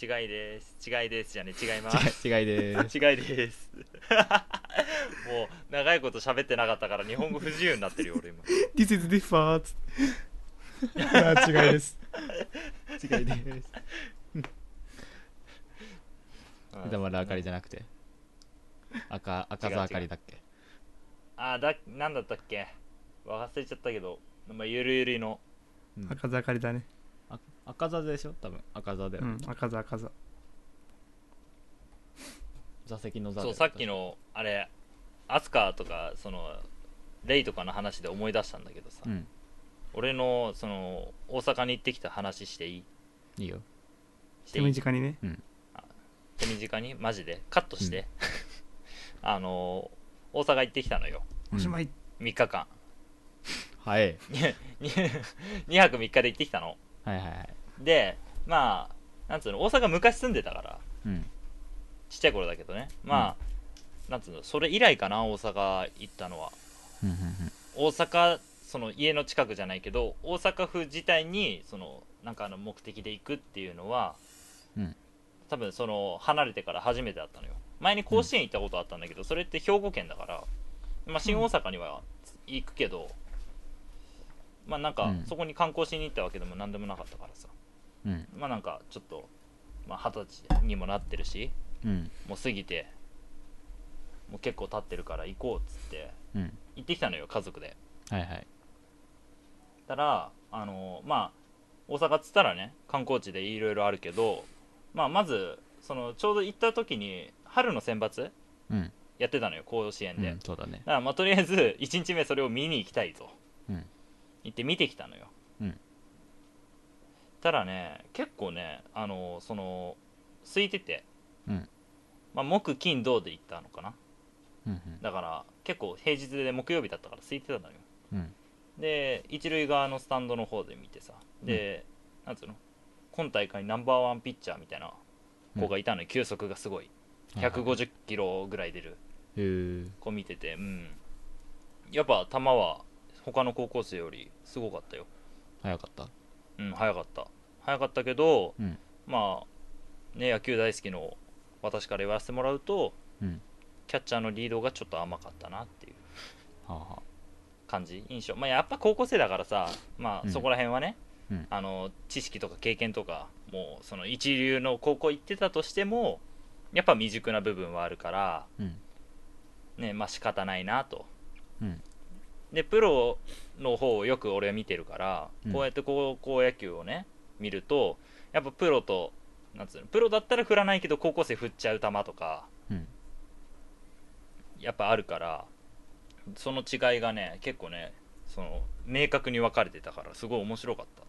違いです違いですじゃね違いま す
違い違いで ーす
違いです もう長いこと喋ってなかったから日本語不自由になってるよ俺今
This is different 違いです
違いでーす
うん
膝丸明かりじゃなくて赤赤座明かりだっけ
あーだなんだったっけ忘れちゃったけど、まあ、ゆるゆるの
うん
赤座明かりだね
あ赤座でしょ多分赤座だ
う
よ、
ん赤座赤座
座席の座
そうさっきのあれアスカとかそのレイとかの話で思い出したんだけどさ、
うん
俺のその大阪に行ってきた話していい
いいよ
して
手
いい
短にね
手短にマジでカットして、 あの大阪行ってきたのよ
おしま
い、
い
3日間
うんはい
2泊3日で行ってきたの
はいはいはい
でまあなんつうの大阪昔住んでたから
うん
ちっちゃい頃だけどねまあ、なんつうのそれ以来かな大阪行ったのは
うん
大阪その家の近くじゃないけど大阪府自体にそのなんかあの目的で行くっていうのは、
うん
多分その離れてから初めてだったのよ前に甲子園行ったことあったんだけど、それって兵庫県だから、まあ、新大阪には行くけど、まあなん
う
か
ん
そこに観光しに行ったわけでも何でもなかったからさ
うんうん
まあなんかちょっとまあ二十、歳にもなってるし
うん
もう過ぎてもう結構経ってるから行こうっつって
うん
行ってきたのよ家族で
はいはい
たらあのまあ大阪っつったらね観光地でいろいろあるけど、まあ、まずそのちょうど行った時に春の選抜
うん、
やってたのよ甲子園で、
う
だ
ん、そうだね
からまあとりあえず1日目それを見に行きたいと、
うん
行って見てきたのよ、
うん
たらね結構ねあのその空いてて、
うん
まあ、木金土で行ったのかな
うんうん
だから結構平日で木曜日だったから空いてたのよ
うん
で一塁側のスタンドの方で見てさで、なんつうの今大会ナンバーワンピッチャーみたいな子がいたのに球速がすごい150キロぐらい出る
へー
子見ててうんやっぱ球は他の高校生よりすごかったよ
早かった
うん早かった早かったけど、
うん
まあね野球大好きの私から言わせてもらうと
うん
キャッチャーのリードがちょっと甘かったなっていう
はあは
感じ印象まあやっぱ高校生だからさ
う
まあ
ん
そこら辺はね、
うん
あの知識とか経験とかもうその一流の高校行ってたとしてもやっぱ未熟な部分はあるから
うん
ねまあ仕方ないなと、
うん
でプロの方をよく俺は見てるから、
うん
こうやって高校野球をね見るとやっぱプロとなんつうのプロだったら振らないけど高校生振っちゃう球とか
うん
やっぱあるからその違いがね結構ねその明確に分かれてたからすごい面白かった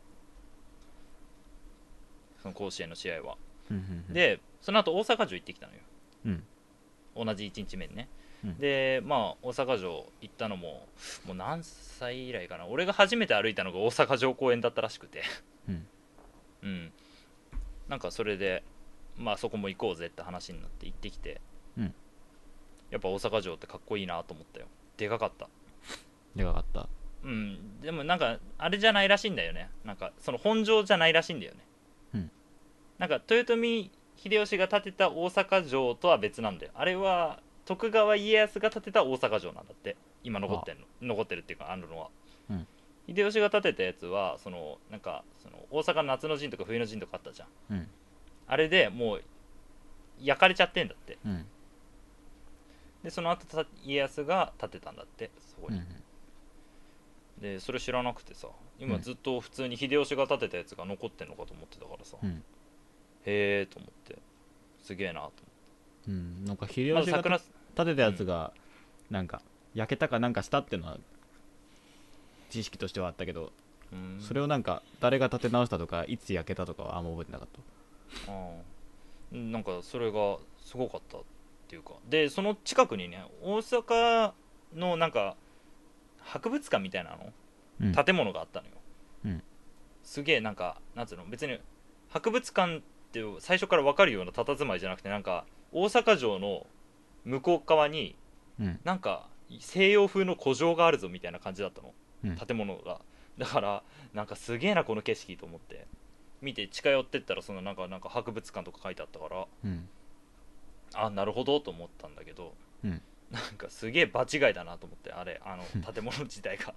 その甲子園の試合は、
うんうんうん
でその後大阪城行ってきたのよ
うん
同じ1日目にね、
うん
でまあ大阪城行ったのももう何歳以来かな俺が初めて歩いたのが大阪城公園だったらしくて
うん
うんなんかそれでまあそこも行こうぜって話になって行ってきて、
うん
やっぱ大阪城ってかっこいいなと思ったよでかかった
でかかった
うんでもなんかあれじゃないらしいんだよねなんかその本城じゃないらしいんだよね、
うん
なんか豊臣秀吉が建てた大阪城とは別なんだよあれは徳川家康が建てた大阪城なんだって今残ってるの残ってるっていうかあるのは、
うん
秀吉が建てたやつはそのなんかその大阪の夏の陣とか冬の陣とかあったじゃん
うん
あれでもう焼かれちゃってんだって
うん
でその後た家康が建てたんだってそこ
うん
に、でそれ知らなくてさ今ずっと普通に秀吉が建てたやつが残ってんのかと思ってたからさ、
う
へ
ん
えと思ってすげえなと思って
うんなんか秀
まだ
吉が
桜
建てたやつがなんか焼けたかなんかしたってのは知識としてはあったけど、
うん
それをなんか誰が立て直したとかいつ焼けたとかはあんま覚えてなかった
うんなんかそれがすごかったっていうかでその近くにね大阪のなんか博物館みたいなの、
うん
建物があったのよ、
うん
すげえなんかなんつうの別に博物館って最初から分かるような佇まいじゃなくてなんか大阪城の向こう側に
うん
なんか西洋風の古城があるぞみたいな感じだったの、
うん
建物がだからなんかすげえなこの景色と思って見て近寄ってったらそのなんかなんか博物館とか書いてあったから
うん
あなるほどと思ったんだけど、
うん
なんかすげえ場違いだなと思ってあれあの建物自体が、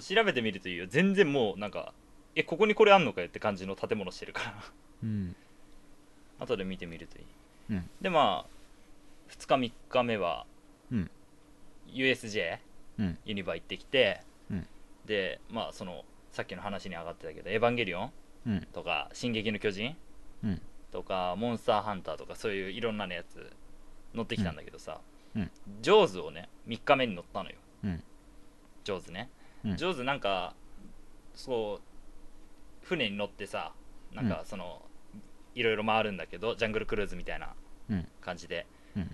調べてみるといいよ全然もうなんかえここにこれあんのかよって感じの建物してるから
うん
後で見てみるといい、
うん
でまあ2日3日目は、
うん
USJ
うん
ユニバ行ってきて、
うん
でまあそのさっきの話に上がってたけど「エヴァンゲリオン」
うん
とか「進撃の巨人」
うん
とか「モンスターハンター」とかそういういろんなのやつ乗ってきたんだけどさ、
うん
ジョーズをね3日目に乗ったのよ、
うん
ジョーズね、
うん
ジョーズなんかそう船に乗ってさなんかその、いろいろ回るんだけどジャングルクルーズみたいな
うん
感じで、
うん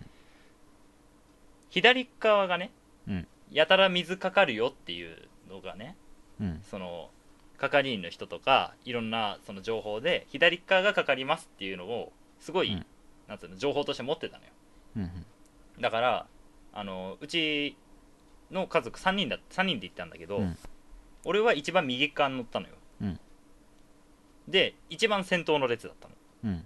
左側がね、
うん
やたら水かかるよっていうのがね
うん
その係員の人とかいろんなその情報で左側がかかりますっていうのをすごい、
うん
なんつうの情報として持ってたのよ
うん
だからあのうちの家族3人だ3人で行ったんだけど、
うん
俺は一番右側に乗ったのよ、
うん
で一番先頭の列だったの
うん
だ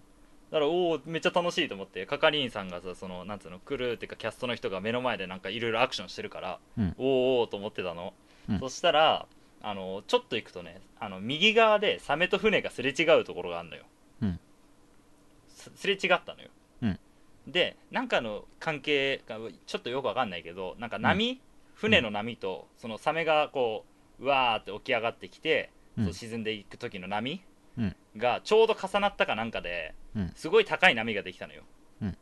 からおおめっちゃ楽しいと思って係員さんがさそのなんつうのクルーっていうかキャストの人が目の前でなんかいろいろアクションしてるから、
うん
おーおーと思ってたの、
うん
そしたらあのちょっと行くとねあの右側でサメと船がすれ違うところがあるのよ、
うん
すすれ違ったのよ、
うん
でなんかの関係がちょっとよくわかんないけどなんか波、船の波とそのサメがこううわーって起き上がってきて、
うん
そう沈んでいく時の波
うん
がちょうど重なったかなんかで、
うん
すごい高い波ができたのよ、
うん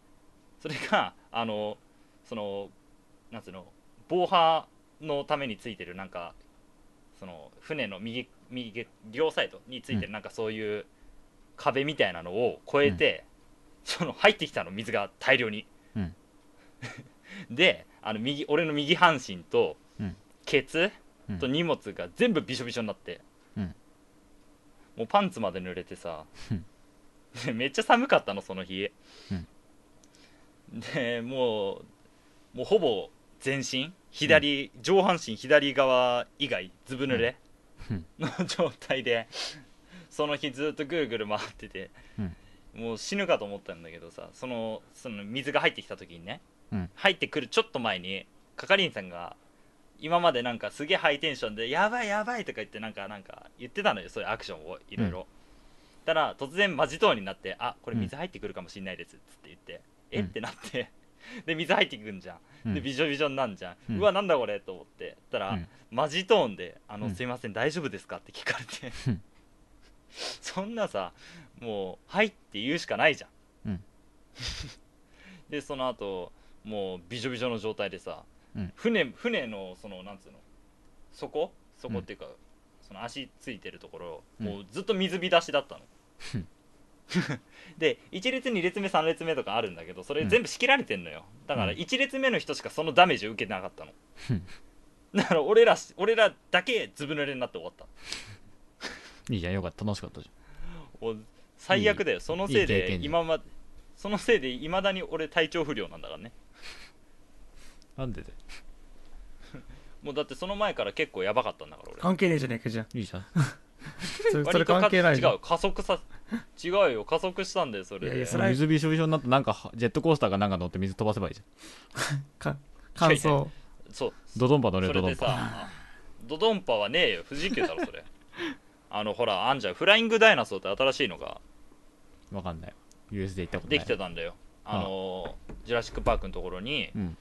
それがあのそのなんつうの防波のためについてるなんかその船の右右両サイドについて
う
るなんかそういう壁みたいなのを越えて、その入ってきたの水が大量に、
うん
であの右俺の右半身と、
うん
ケツ
うん
と荷物が全部びしょびしょになって、
うん
もうパンツまで濡れてさ
うん
でめっちゃ寒かったのその日、
うん
でもうもうほぼ全身左、上半身左側以外ずぶ濡れ
うん
の状態でその日ずっとぐるぐる回ってて、
うん
もう死ぬかと思ったんだけどさそのその水が入ってきた時にね、
うん
入ってくるちょっと前に係員さんが今までなんかすげえハイテンションで「やばいやばい」とか言ってなんかなんか言ってたのよそういうアクションをいろいろ、たら突然マジトーンになって「あこれ水入ってくるかもしんないです」っつって言って「え
う
っ?」
ん
てなって で水入ってくんじゃ
うん
で
ん
びしょびしょになんじゃん、
う
うんわなんだこれと思ってたら、
うん
マジトーンで「あの、
うん
すいません大丈夫ですか?」って聞かれて
うん
そんなさもう「はい」って言うしかないじゃん、
うん
でその後もうびしょびしょの状態でさ、
うん
船船のそのなんつうの底底っていうか、その足ついてるところ、
うん
もうずっと水浸しだったの
うん
で1列2列目3列目とかあるんだけどそれ全部仕切られてんのよだから1列目の人しかそのダメージを受けてなかったの
うん
だから俺らし俺らだけずぶ濡れになって終わった
いいじゃんよかった楽しかったじ
もう最悪だよそのせい
いい経
で
験じゃん
今まそのせいでいまだに俺体調不良なんだからね
ゃんなんでで
もうだってその前から結構やばかったんだから俺
関係ねえじゃねえ かじゃん
いいじゃん
それそれ
割とか
関係ないじゃ
違
ん
う加速さ違うよ加速したんだよそれ
いやいやそれは
水びしょびしょになってなんかジェットコースターかなんか乗って水飛ばせばいいじゃ
か感想
そう
ドドンパ乗
う
れ
そ
るドド
れで
ンパ
さドドンパはねえよ富士急だろそれあのほらあんじゃんフライングダイナソーって新しいのが
わかんない USJ 行ったことない
できてたんだよあのジュラシック・パークのところに
うん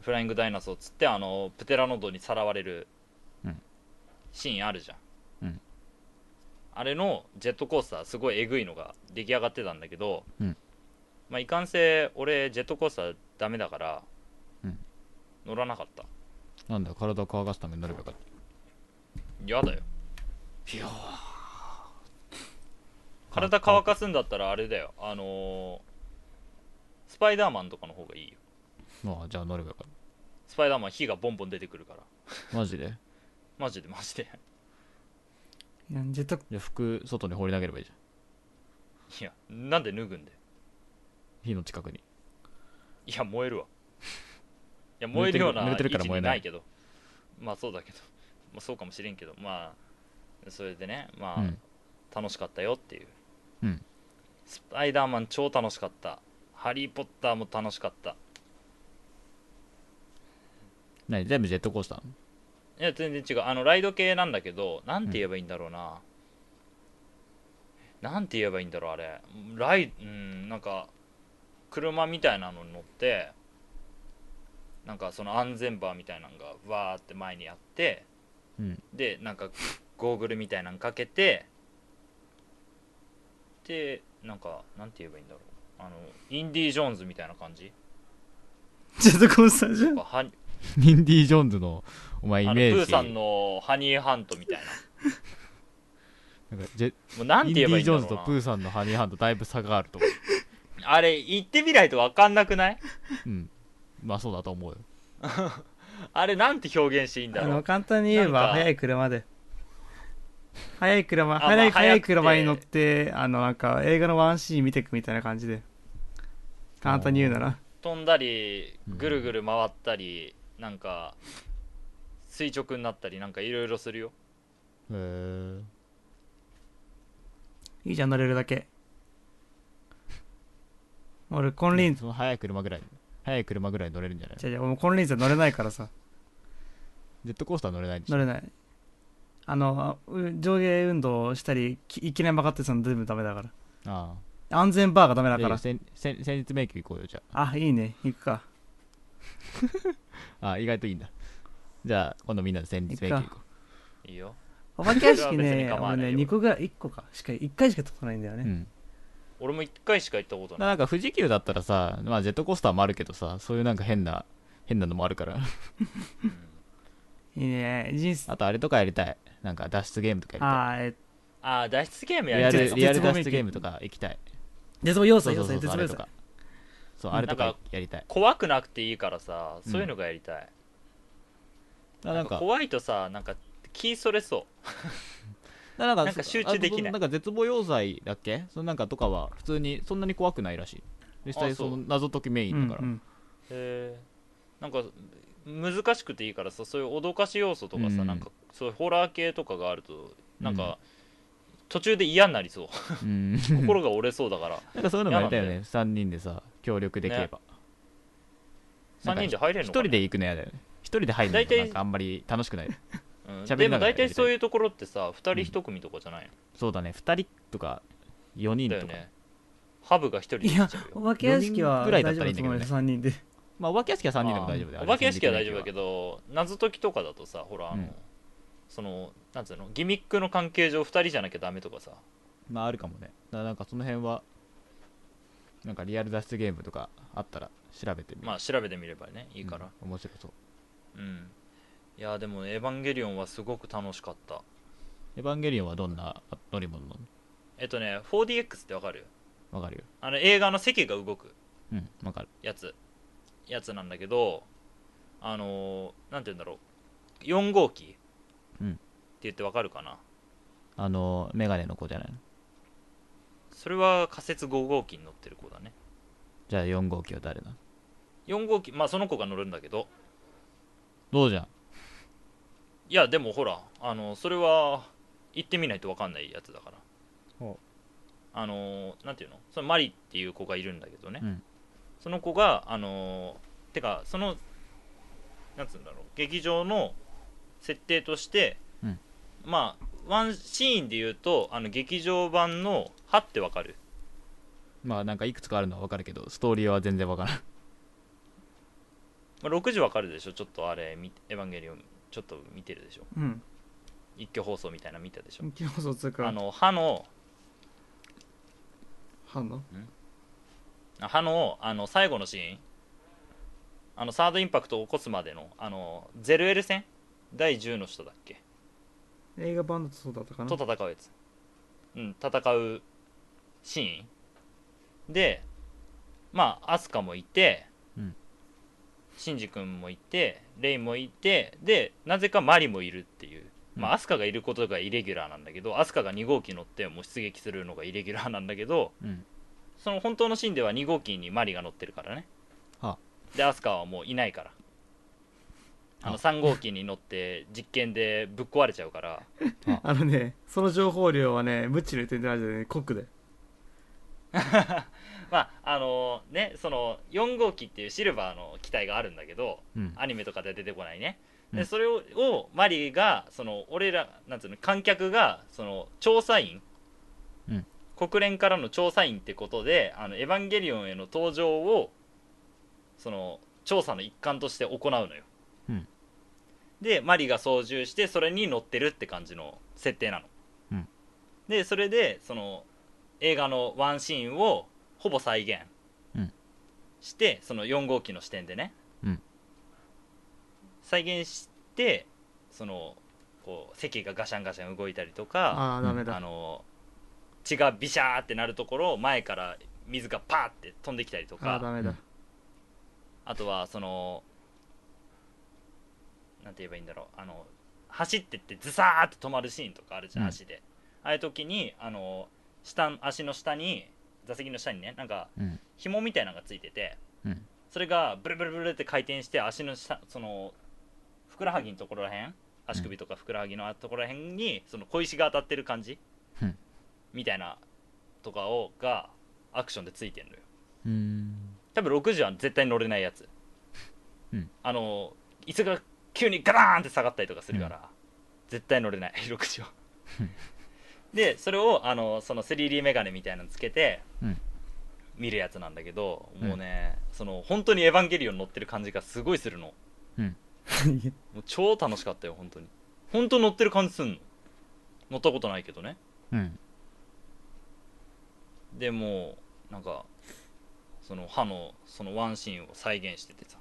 フライングダイナソーっつってあのプテラノドンにさらわれる
うん
シーンあるじゃん、
うん
あれのジェットコースターすごいえぐいのが出来上がってたんだけど、
うん
まあいかんせん俺ジェットコースターダメだから、
うん
乗らなかった
なんだよ体乾かすために乗ればよかっ
やだよ
いやー
体乾かすんだったらあれだよあのースパイダーマンとかの方がいいよ
まあじゃあ乗ればよかっ
スパイダーマン火がボンボン出てくるから
たマジで
マジでマジで
いやジェット
じゃあ服外に放り投げればいいじゃん
いやなんで脱ぐんだよ
火の近くに
いや燃えるわいや燃えるような
濡れてるから
位置に
燃えない
ないけどまあそうだけど、まあ、そうかもしれんけどまあそれでねまあ、
うん
楽しかったよっていう、
うん
スパイダーマン超楽しかったハリー・ポッターも楽しかった
何全部ジェットコースター
いや全然違うあのライド系なんだけどなんて言えばいいんだろうな、なんて言えばいいんだろうあれライうんなんか車みたいなのに乗ってなんかその安全バーみたいなのがわーって前にあって
うん
でなんかゴーグルみたいなのかけてでなんかなんて言えばいいんだろうあのインディ・ージョーンズみたいな感じ
ジェットコースターじゃ
なん
ん
かハニ
インディ・ジョーンズのお前イ
あのプ
メージ
ーさんのハニーハントみたいな
なんかジェ
もうなん
イ
て
ン
言
デ
えばい
ィ・
いん
ジョーンズ
だろう
と
な
プーさんのハニーハントだいぶ差があると思う、
あれ行ってみないと分かんなくない
うん、まあそうだと思うよ
あれなんて表現していいんだ
あ
ろ
の
う
簡単に言え
なん
ば
か
速い車で速い車
あまあ
速い速
速
い
くて
車に乗ってあのなんか映画のワンシーン見てくみたいな感じで簡単に言うなら
飛んだり
うん
ぐるぐる回ったりなんか垂直になったりなんかいろいろするよ
へえ
いいじゃん乗れるだけ俺金輪
その速い車ぐらい速い車ぐらい乗れるんじゃない
じゃじゃ俺金輪際乗れないからさ
ジェットコースター乗れないんでしょ
乗れないあのう上下運動したりきいきなり曲がってたの全部ダメだから
あ
安全バーがダメ
あ
だ
だか
からら
戦戦戦術迷宮行こうよじゃ
あいいね行くか
ああ意外といいんだじゃあ今度みんなで戦術迷宮行こ
いいよ
お化け屋敷
それは別に
ね
構わ
俺
ないよ
ね2個ぐらい1個かしか1回しか取ったことないんだよ
う
ね、
うん
俺も1回しか行ったこ
だ
と
か
ない
らなんか富士急だったらさ、まあ、ジェットコースターもあるけどさそういうなんか変な変なのもあるから
いいね人生
あとあれとかやりたいなんか脱出ゲームとかやりたい
あーえっと
ああ脱出ゲーム
リア
やりたい
ル
絶
な
リ
望迷
アル
宮
脱出ゲームとか行きたい
絶望要
そ
素
うそ
要
う
素
そうそ
絶
うあれ
望要
と
素
かそう
うん
あれと
な
か
んか
やりたい
怖くなくていいからさそういうのがやりたい、
あ
な
なんん
か
か
怖いとさなんか気それそ
なんか
なんか集中できない
あなんか絶望要塞だっけそのなんかとかは普通にそんなに怖くないらしい実際
あそ
そうの謎解きメイ
うん
ンだから、
うん
うへえんか難しくていいからさそういう脅かし要素とかさ、
うん
なんかそういうホラー系とかがあるとなんか、途中で嫌になりそ
う
う
ん、
心が折れそうだから
なんかそういうのもやりたいよ
嫌
ね3人でさ協力できれば、なん
3
か
人で入れ
一
るのか
人
な
で行くのやだよね一人で入るの
大体
なんかあんまり楽しくない
うん
喋
で
りな
も
がらやり
大
たい
体そういうところってさ2人1組とかじゃない
そうだね2人とか4人
のだ
と
よ
か、
ねハブが1人で行っちゃう
お
よ
化け屋敷は
四人ぐらい
大
だっ
丈
た
夫
らいいん
だと
だけ
思
ど
う
ね
よ3人で
まあお化け屋敷は3人でも大丈夫だよ
お化け屋敷は大丈夫だけ
ど
ど謎解きとかだとさほらあの、
うん
そのなんつうのギミックの関係上2人じゃなきゃダメとかさ
まああるかもねだからなんかその辺はなんかリアル脱出ゲームとかあったら調べてみる
まあ調べてみればねいいから
うん面白そう
うん、いやでも「エヴァンゲリオン」はすごく楽しかった
エヴァンゲリオンはどんな乗り物なの
えっとね 4DX ってわかる
わかるよ
あの映画の席が動く
うんわかる
やつやつなんだけどあのーなんて言うんだろう4号機、
うん
って言ってわかるかな
あのメガネの子じゃないの
それは仮設5号機に乗ってる子だね
じゃあ4号機は誰なの
4号機まあその子が乗るんだけど
どうじゃん
いやでもほらあのそれは行ってみないとわかんないやつだから
ほ
あのなんていうのそのマリっていう子がいるんだけどね、
うん
その子があのてかそのなんつうんだろう劇場の設定として、
うん
まあワンシーンで言うとあの劇場版の「は」ってわかる
まあなんかいくつかあるのはわかるけどストーリーは全然わからん
まあ、6時わかるでしょちょっとあれみ「エヴァンゲリオン」ちょっと見てるでしょ
うん
一挙放送みたいなの見たでしょ、
気放送つう
あ
か
の歯の
反応
歯のあの最後のシーンあのサードインパクトを起こすまでのあの 0L 戦第10の人だっけ
映画版だとそうだったかな
と戦うやつうん戦うシーンでまあ飛鳥もいて、
うん
シンジ君もいてレイもいてでなぜかマリもいるっていうま
う
あ飛鳥がいることがイレギュラーなんだけど飛鳥が2号機乗ってもう出撃するのがイレギュラーなんだけど
うん
その本当のシーンでは2号機にマリが乗ってるからね
は
で飛鳥はもういないからあの
は
3号機に乗って実験でぶっ壊れちゃうから
あのねその情報量はねムッチの言ってるんじゃないでねコックで
まああのねその4号機っていうシルバーの機体があるんだけど
うん
アニメとかでは出てこないね
う
で
ん
それををマリがその俺らなんつうの観客がその調査員、
うん
国連からの調査員ってことで「あのエヴァンゲリオン」への登場をその調査の一環として行うのよ、
うん
でマリが操縦してそれに乗ってるって感じの設定なの、
うん
でそれでその映画のワンシーンをほぼ再現
うん
して、その4号機の視点でね、
うん
再現してそのこう席がガシャンガシャン動いたりとか
ああーダメ
あ
だ
の血がビシャーってなるところを前から水がパーって飛んできたりと
ああー
か
ダメだ
あとはそのなんて言えばいいんだろうあの走ってってズサーって止まるシーンとかあるじゃん、
うん
足でああいう時にあの下足の下に座席の下にねなんか
うん
紐みたいなのがついてて
うん
それがブルブルブルって回転して足の下そのふくらはぎのところらへん足首とかふくらはぎのところらへんにその小石が当たってる感じ、
うん
みたいなとかをがアクションでついてるのよ
うん
多分60は絶対乗れないやつ、
うん
あの椅子が急にガラーンって下がったりとかするから、絶対乗れない 60は
うん
でそれをあのその 3D メガネみたいなのつけて、
うん
見るやつなんだけど
うん
もうね、その本当に「エヴァンゲリオン」乗ってる感じがすごいするの もう超楽しかったよ本当に本当乗ってる感じすんの乗ったことないけどね
うん
でもうなんかその歯のそのワンシーンを再現しててさ、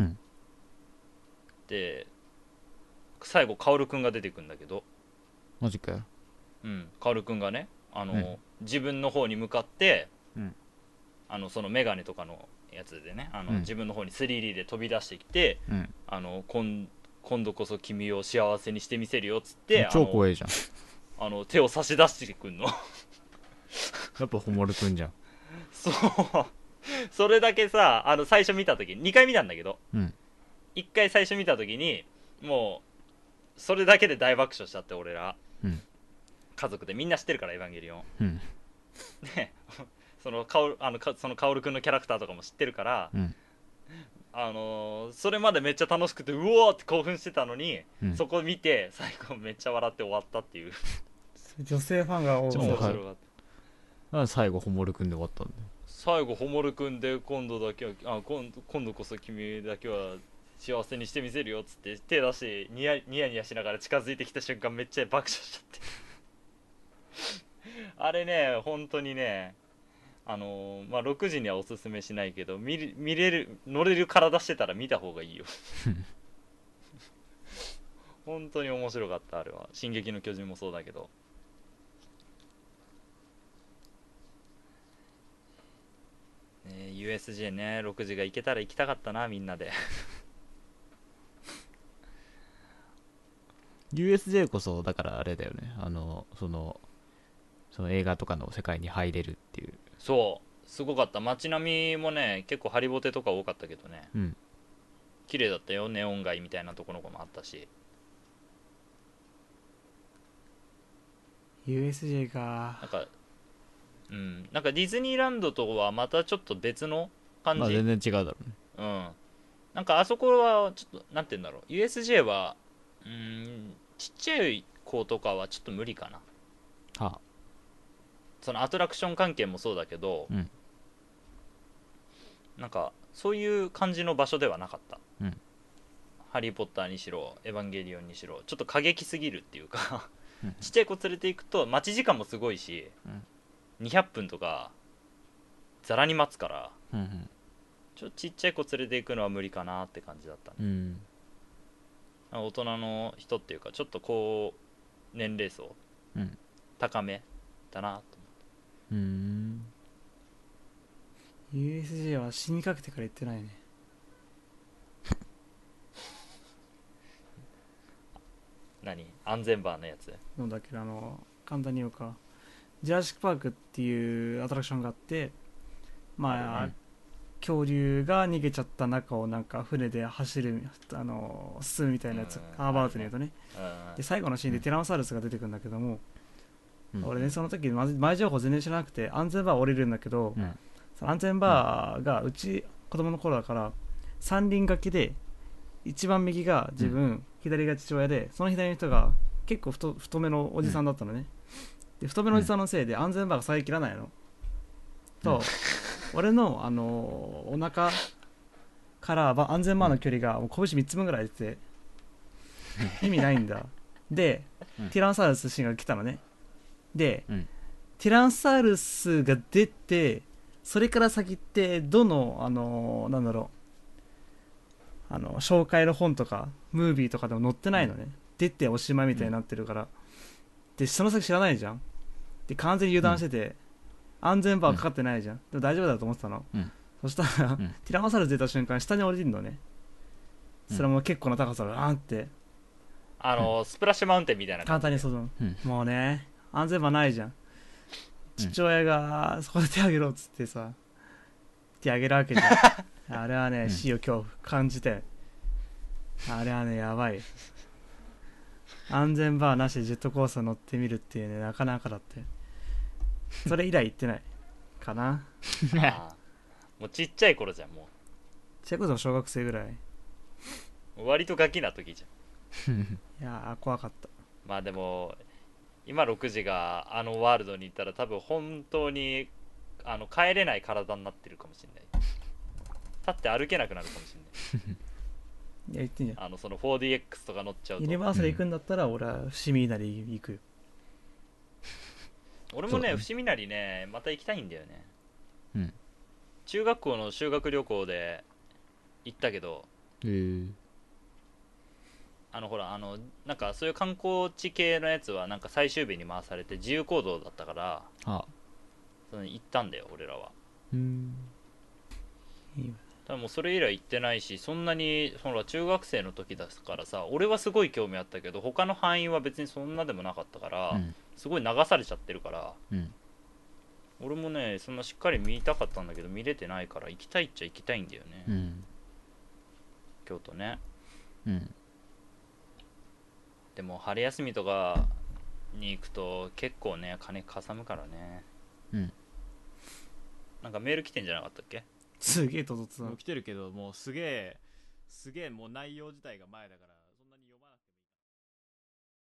うん
で最後薫くんが出てくんだけど
マジかよ
うん薫くんがねあの、
うん
自分の方に向かって、
うん
あのその眼鏡とかのやつでねあの、
うん
自分の方に 3D で飛び出してきて
うん
あの今今度こそ君を幸せにしてみせるよっつって
超怖
い
えじゃん
あの手を差し出してくんの
やっぱホモルくんじゃん
そう。 それだけさ、あの、最初見たとき、2回見たんだけど、
うん
1回最初見たときに、もう、それだけで大爆笑しちゃって、俺ら。
うん
家族でみんな知ってるから、エヴァンゲリオン。
うん
で、 その、カオル、あの、かその、カオルくんのキャラクターとかも知ってるから、
うん
あのーそれまでめっちゃ楽しくて、うおーって興奮してたのに、
うん
そこ見て、最後めっちゃ笑って終わったっていう。
女性ファンが多い
超
超
面
面
白
白
か
か
っ。
ったなんで最後ホモルくんで終わったんだよ
最後ホモル君で今度だけはあ今度今度こそ君だけは幸せにしてみせるよっつって手出してニヤニヤニヤしながら近づいてきた瞬間めっちゃ爆笑しちゃって あれね本当にねあのーまあ6時にはおすすめしないけど見る見れる乗れる体してたら見た方がいいよ 本当に面白かったあれは「進撃の巨人」もそうだけどね、USJ ね6時が行けたら行きたかったなみんなで
USJ こそだからあれだよねあのそのその映画とかの世界に入れるっていう
そうすごかった街並みもね結構ハリボテとか多かったけどね
うん
綺麗だったよネオン街みたいなところもあったし
USJ
なん
か
かうんなんかディズニーランドとはまたちょっと別の感じ、
まあ全然違うだろうね
うんなんかあそこはちょっとなんて言うんだろう USJ はうーんちっちゃい子とかはちょっと無理かな
は
そのアトラクション関係もそうだけど、
うん
なんかそういう感じの場所ではなかった「
うん
ハリー・ポッター」にしろ「エヴァンゲリオン」にしろちょっと過激すぎるっていうか
うん
ちっちゃい子連れて行くと待ち時間もすごいし、
うん
200分とかざらに待つから
あうん
ちょっとちっちゃい子連れて行くのは無理かなって感じだったね
うん
あの大人の人っていうかちょっとこう年齢層、
うん
高めだなと思って
うーん
USJ は死にかけてから行ってないね
何安全バーのやつ
のだけどあの簡単に言うかジュラシック・パークっていうアトラクションがあってまあ、
うん
恐竜が逃げちゃった中をなんか船で走るあの進むみたいなやつ
うん
アーバートに言うとね
うん
で最後のシーンでティラノサウルスが出てくるんだけども、
うん
俺ねその時まず前情報全然知らなくて安全バー降りるんだけ ど、
うん
その安全バーがうち子供の頃だから三輪掛けで一番右が自分、左が父親でその左の人が結構太太めのおじさんだったのね、で太めのおじさんのせいで安全バーが遮らないの、
うん
と俺の、あのーお腹からば安全バーの距離がもう拳3つ分ぐらい出てて意味ないんだで、
うん
ティラノサウルスシーンが来たのねで、
うん
ティラノサウルスが出てそれから先ってどのあのーなんだろうあの紹介の本とかムービーとかでも載ってないのね、出ておしまいみたいになってるから、でその先知らないじゃんで完全に油断してて、安全バーかかってないじゃん、でも大丈夫だと思ってたの、
うん
そしたら、
うん
ティラノサウルス出た瞬間下に降りるのねそれも結構な高さがあーンって
あの、スプラッシュマウンテンみたいな
簡
感
単にそうそう
うん
もうね安全バーないじゃん父親がそこで手あげろっつってさ手あげるわけじゃんあれは
う
ね
ん
死を恐怖感じてあれはねやばい安全バーなしでジェットコースター乗ってみるっていうねなかなかだってそれ以来行ってないかな
じあーもうちっちゃい頃じゃんも
それこそ小学生ぐらいう
割とガキな時じゃん
いやー怖かった
まあでも今6時があのワールドに行ったら多分本当にあの帰れない体になってるかもしれない立って歩けなくなるかもしれ
いや行ってんじゃん
ないあのその 4DX とか乗っちゃう
ユニ
と
バーサル行くんだったら俺は伏見稲荷行くよ
俺も
そうだ
ね
ね
伏見なりねまた行きたいんだよね
うん
中学校の修学旅行で行ったけど
えー
あのほらあのなんかそういう観光地系のやつはなんか最終日に回されて自由行動だったから
あ
その行ったんだよ俺らは
うん
いいわ
ただもうそれ以来行ってないしそんなにほら中学生の時だからさ俺はすごい興味あったけど他の範囲は別にそんなでもなかったから、
うん
すごい流されちゃってるから
うん
俺もねそんなしっかり見たかったんだけど見れてないから行きたいっちゃ行きたいんだよね、
うん
京都ね
うん
でも春休みとかに行くと結構ね金かさむからね
うん
なんかメール来てんじゃなかったっけ
すげえととつだ
もう来てるけどもうすげえすげえもう内容自体が前だから